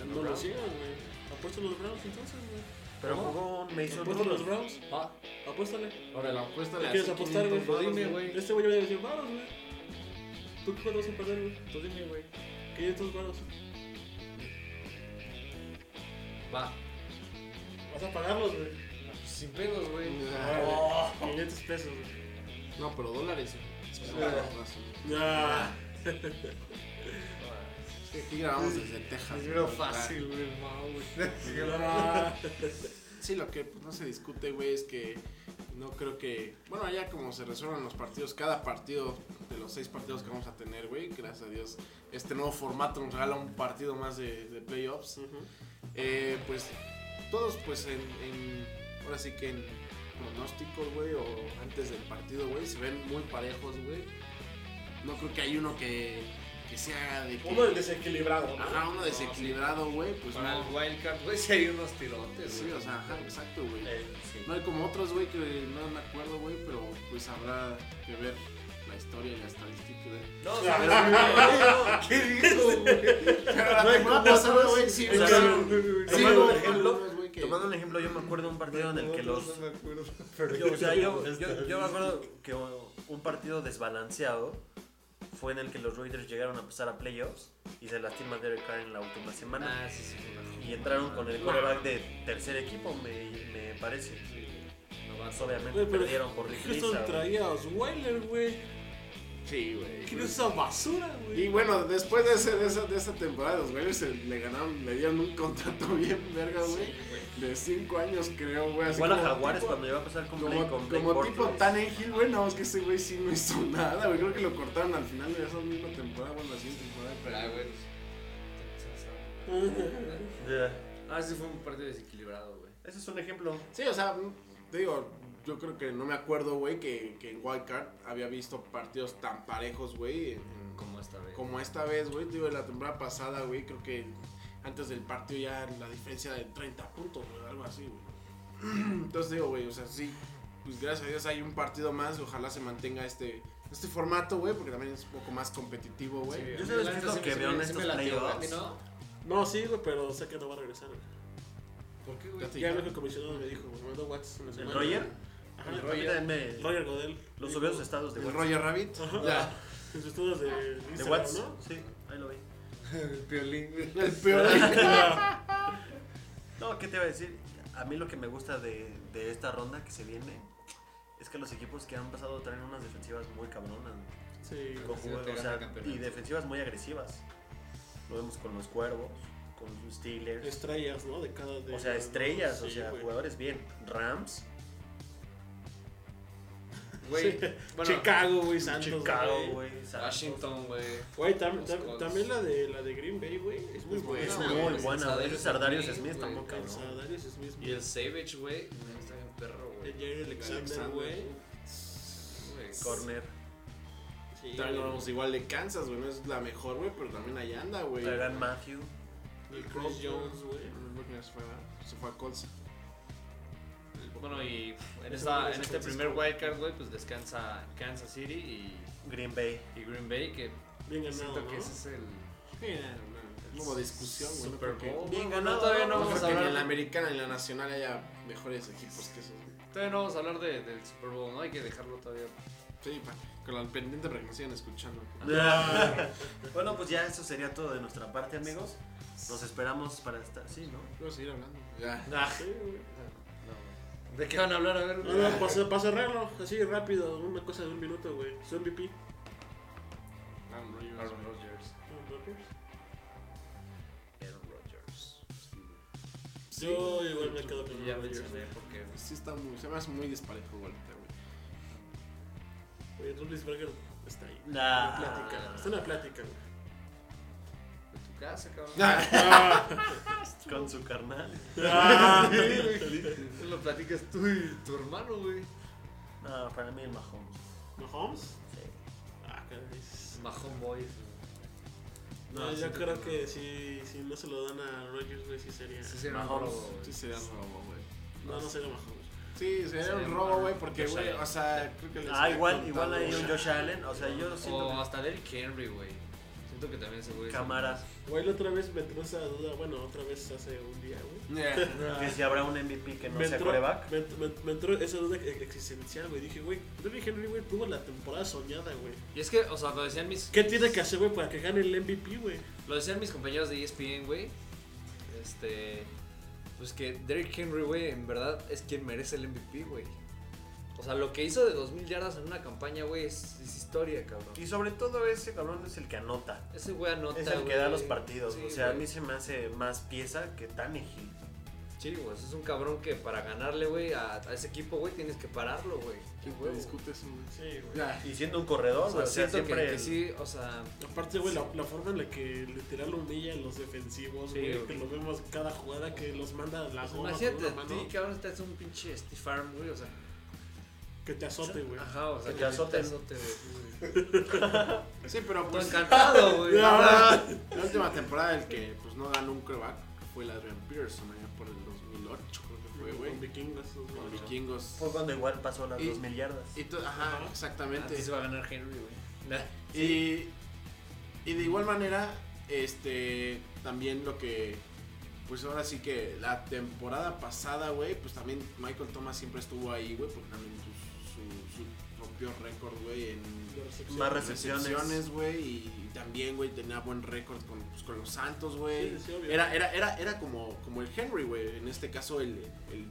Ganó
no lo
Browns.
sigan, güey. Apuesto a los Browns entonces, güey.
Pero
¿Cómo?
jugó un Mason
Apuesto a los
Rudolph.
Browns,
Ah,
apuéstale.
Ahora la apuesta
¿Qué
le
quieres
hace
apostar,
500
güey?
varos,
Dime,
güey.
güey.
Este güey ya me decir varos, güey. ¿Tú qué vas a perder, güey?
Tú dime, güey.
500 varos.
Va.
Vas a pagarlos, güey.
Sin pedos, güey.
Ah,
500 pesos, güey.
No, pero dólares.
Ah.
Sí, Aquí grabamos desde Texas.
Primero
güey,
fácil, güey, no, güey.
Sí, lo que pues, no se discute, güey, es que no creo que. Bueno, allá como se resuelvan los partidos, cada partido de los seis partidos que vamos a tener, güey, gracias a Dios, este nuevo formato nos regala un partido más de, de playoffs. Eh, pues todos, pues en, en- Ahora sí que en pronósticos, güey, o antes del partido, güey, se ven muy parejos, güey. No creo que hay uno que, que sea de. que-
Uno es desequilibrado, ¿no?
Ajá, uno desequilibrado, güey, pues
Para
no.
el Wildcard, güey, si hay unos tirotes,
Sí,
güey.
o sea, ajá, exacto, güey.
Eh, sí.
No hay como otros, güey, que no me acuerdo, güey, pero pues habrá que ver la historia y la estadística. De...
No, o sea, pero- ¿Qué dijo, güey?
Pero la temporada pasada, güey, sí,
O sea,
güey. Sí,
tomando un
güey,
ejemplo,
unos, güey, que-
Tomando un ejemplo, yo me acuerdo de un partido en el que los...
No me acuerdo, pero
Yo, o sea, yo, yo- yo me acuerdo que un partido desbalanceado fue en el que los Raiders llegaron a pasar a playoffs y se lastima Derek Carr en la última semana.
Ah, sí, sí, fue una
Y entraron con el
mamada.
quarterback de tercer equipo, me, me parece.
Sí, No va
Pues
sobre.
obviamente
Güey, pero
perdieron por
Houston
ligereza.
traía a Osweiler, güey.
Sí, güey.
¿Quién es esa basura, güey?
Y bueno, después de, ese- de esa, de esa temporada, los Warriors se- le ganaron, le dieron un contrato bien verga, güey. De 5 años, creo, güey. así
Igual a
como
Jaguares
tipo-
cuando iba a pasar con Blake,
Como,
con Blake
como tipo
Bortles.
tan en Hill, güey, no, es que ese güey sí no hizo nada, güey. Creo que lo cortaron al final de esa misma temporada, bueno, la siguiente temporada. pero-
Ah,
pues,
güey.
Ya.
Ah, sí fue un partido desequilibrado, güey.
Ese es un ejemplo.
Sí, o sea, mm, te digo, yo creo que no me acuerdo, güey, que, que en Wildcard había visto partidos tan parejos, güey, en- en-
Como esta vez.
como esta vez, güey. Te Digo, la temporada pasada, güey, creo que antes del partido ya la diferencia de 30 puntos, güey, algo así, güey. Entonces digo, güey, o sea, sí, pues gracias a Dios hay un partido más, ojalá se mantenga este, este formato, güey, porque también es un poco más competitivo, güey.
Sí,
Yo
a
sabes
mí la
qué es
neta
lo
sí
que
me-
veo en
sí me
estos
latió,
playoffs.
a mí no.
No, sí, güey, pero sé que no va a regresar. güey.
¿Por qué,
Ya
güey?
te-
Ya lo que el comisionado me dijo, güey. Me mandó WhatsApp en la
¿El
semana.
Roger?
Ajá,
El
el
Roger.
Roger. Roger Godel.
Lo subió a sus estados de
El
WhatsApp.
Roger Rabbit.
Ajá.
Ya.
En sus estudios de
¿De
Instagram,
WhatsApp?
¿no?
Sí, ahí lo vi.
El piolín, güey.
El peor.
No, ¿qué te iba a decir? A mí lo que me gusta de, de esta ronda que se viene es que los equipos que han pasado traen unas defensivas muy cabronas. güey.
Sí,
Con
güey.
Sí,
juego-
te
o
gana
sea,
el campeonato.
y defensivas muy agresivas. Lo vemos con los Cuervos, con los Steelers.
Estrellas, ¿no? De cada. de-
O sea, estrellas, o
Este, Sí,
sea,
güey.
jugadores bien. Rams,
Güey, bueno,
Chicago, güey, Santos.
Chicago, güey.
Ah,
Santos.
Washington, güey.
Güey, tam-
Los
tam-
Colts.
también la de, la de Green Bay, güey, es muy
Es
buena.
buena,
Es
güey.
güey.
muy
el
buena.
Sadarius
Ese Sadarius
Smith,
Smith
güey.
está muy
El
cabrón.
Sadarius Smith,
Y el Savage, güey. también Está bien perro, güey.
el Jerry Alexander,
Alexander,
güey.
Güey,
Corner.
Sí,
También
güey.
hablamos igual de Kansas, güey. No es la mejor, güey, pero también ahí anda, güey.
Tyrann Matthew.
El Chris Jones, güey.
Se fue a- se fue a Colts.
Bueno, y pff, en,
Eso es
esta, en
San
este
Francisco.
primer wildcard, güey, pues descansa Kansas City y,
Green Bay.
y Green Bay, que
Bien ganado,
Siento
¿no?
que ese es el.
Mira, no hubo discusión, güey.
Super
no creo que-
Bowl.
Bien
Bueno,
ganado,
Todavía
¿no?
no
No
vamos a
creo que ni en la
hablar,
americana ni en la nacional haya mejores equipos que esos. güey.
todavía no vamos a hablar de- del Super Bowl, ¿no? Hay que dejarlo todavía.
Sí, pa, con la pendiente para que nos sigan escuchando.
Ah.
bueno, pues ya eso sería todo de nuestra parte, amigos. Nos esperamos para estar. Sí, ¿no?
Voy a seguir hablando. Ya.
Sí, güey.
¿De qué van a hablar? A ver,
No, no, pasa, pasa raro, así rápido, una cosa de un minuto, güey. Su MVP.
Aaron Rodgers,
Aaron
güey.
Rodgers.
Aaron Rodgers.
Aaron Rodgers.
Yo igual me quedo con
Ya
Aaron Rodgers.
mencioné porque
Sí, está muy, se me hace muy disparejo, güey. ahorita, güey.
Oye, Rodgers Berger está ahí.
Nah.
En la plática, está en la plática, güey.
de tu casa, cabrón.
Con su carnal.
Eso lo platicas tú y tu hermano, güey.
No, para mí el Mahomes.
¿Mahomes?
Sí.
Ah, caray.
Majón Boys. Ah,
No, yo creo que si, si no se lo dan a Rodgers, güey, sí sería.
Sí, sí,
Mahomes.
Sí, sería un robo, güey.
No, no sería Mahomes.
Sí, sería
Sería
un
un
robo,
robo.
güey, porque,
Josh
güey,
Allen.
o sea, creo que les
Ah,
había
igual,
contado,
igual hay un
güey.
Josh Allen. O sea, yo siento
O
que
Oh, hasta Derrick Henry, güey. Siento que también ese güey. es-
cámaras.
Güey, la otra vez me entró esa duda. Bueno, otra vez hace un día, güey.
Yeah.
Que si habrá un MVP que no
me,
sea
entró,
coreback.
me, ent- me ent- me entró esa duda ex- existencial, güey. Dije, güey, Derrick Henry, güey, tuvo la temporada soñada, güey.
Y es que, o sea, lo decían mis,
¿Qué tiene que hacer, güey, para que gane el MVP, güey?
lo decían mis compañeros de E ESPN, güey. Este. Pues que Derrick Henry, güey, en verdad es quien merece el MVP, güey. O sea, lo que hizo de 2000 yardas en una campaña, güey, es, es historia, cabrón.
Y sobre todo ese cabrón es el que anota.
Ese güey anota,
Es el que
güey.
da los partidos.
Sí,
o sea, a
güey.
mí se me hace más pieza que Tannehill.
Sí, güey, es un cabrón que para ganarle, güey, a, a ese equipo, güey, tienes que pararlo, güey. Qué
¿Quién te
huevo.
discute eso, güey?
Sí, güey.
Ya.
Y siendo un
O
corredor,
sea,
o sea,
siento que,
siempre.
que
el-
sí, o sea,
Aparte, güey, la, la forma en la que literal humilla a los defensivos,
Sí,
güey,
güey.
que lo vemos cada jugada que los manda a la
pues
goma con
imagínate
una
a ti
mano,
que ahora estás un pinche Steve Farm, güey, o sea.
que te azote, güey.
Ajá, o sea,
Que te
neta
azoten.
azote, güey.
Sí, pero
Tú
pues.
encantado, güey.
La, la última temporada del que pues no ganó un coreback fue la de Adrian Pearson allá por el 2008, creo que fue,
Con
güey.
vikingos, esos,
Con
güey.
vikingos.
Fue cuando igual pasó las
Y-
2000 yardas.
Y to- ajá,
Antes
exactamente.
se va a ganar Henry, güey. Nah.
Y, y de igual manera, este, también lo que, pues ahora sí que la temporada pasada, güey, pues también Michael Thomas siempre estuvo ahí, güey, porque también su, su, su rompió récord, güey, en
De recepción.
Más recepciones.
recepciones, güey, y también, güey, tenía buen récord con, pues, con los Santos, güey.
Sí, sí, obvio.
Era, era, era, era como, como el Henry, güey. En este caso, el, el,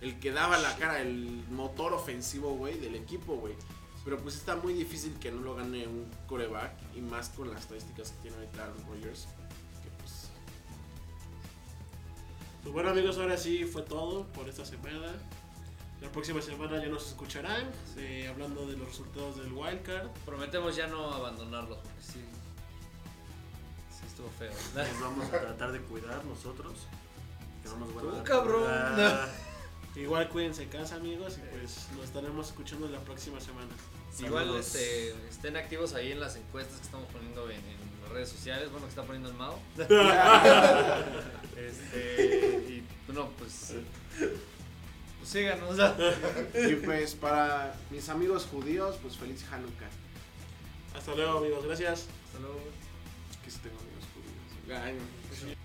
el que daba la cara, el motor ofensivo, güey, del equipo, güey. Pero pues está muy difícil que no lo gane un coreback y más con las estadísticas que tiene ahorita Aaron Rodgers. Que pues,
Pues bueno amigos, ahora sí fue todo por esta semana. La próxima semana ya nos escucharán eh, hablando de los resultados del wildcard.
Prometemos ya no abandonarlos, porque sí. Sí, estuvo feo.
Nos vamos a tratar de cuidar nosotros. Que no nos vuelva a
Tú, cabrón.
dar-
Igual cuídense en casa amigos y pues nos estaremos escuchando la próxima semana.
Igual
Saludos.
este, estén activos ahí en las encuestas que estamos poniendo en, en las redes sociales, bueno, que está poniendo el Mao. este, y bueno, pues, pues síganos.
y pues para mis amigos judíos, pues feliz Hanukkah.
Hasta luego amigos, gracias.
Hasta luego.
Que si tengo amigos judíos. Ay, no.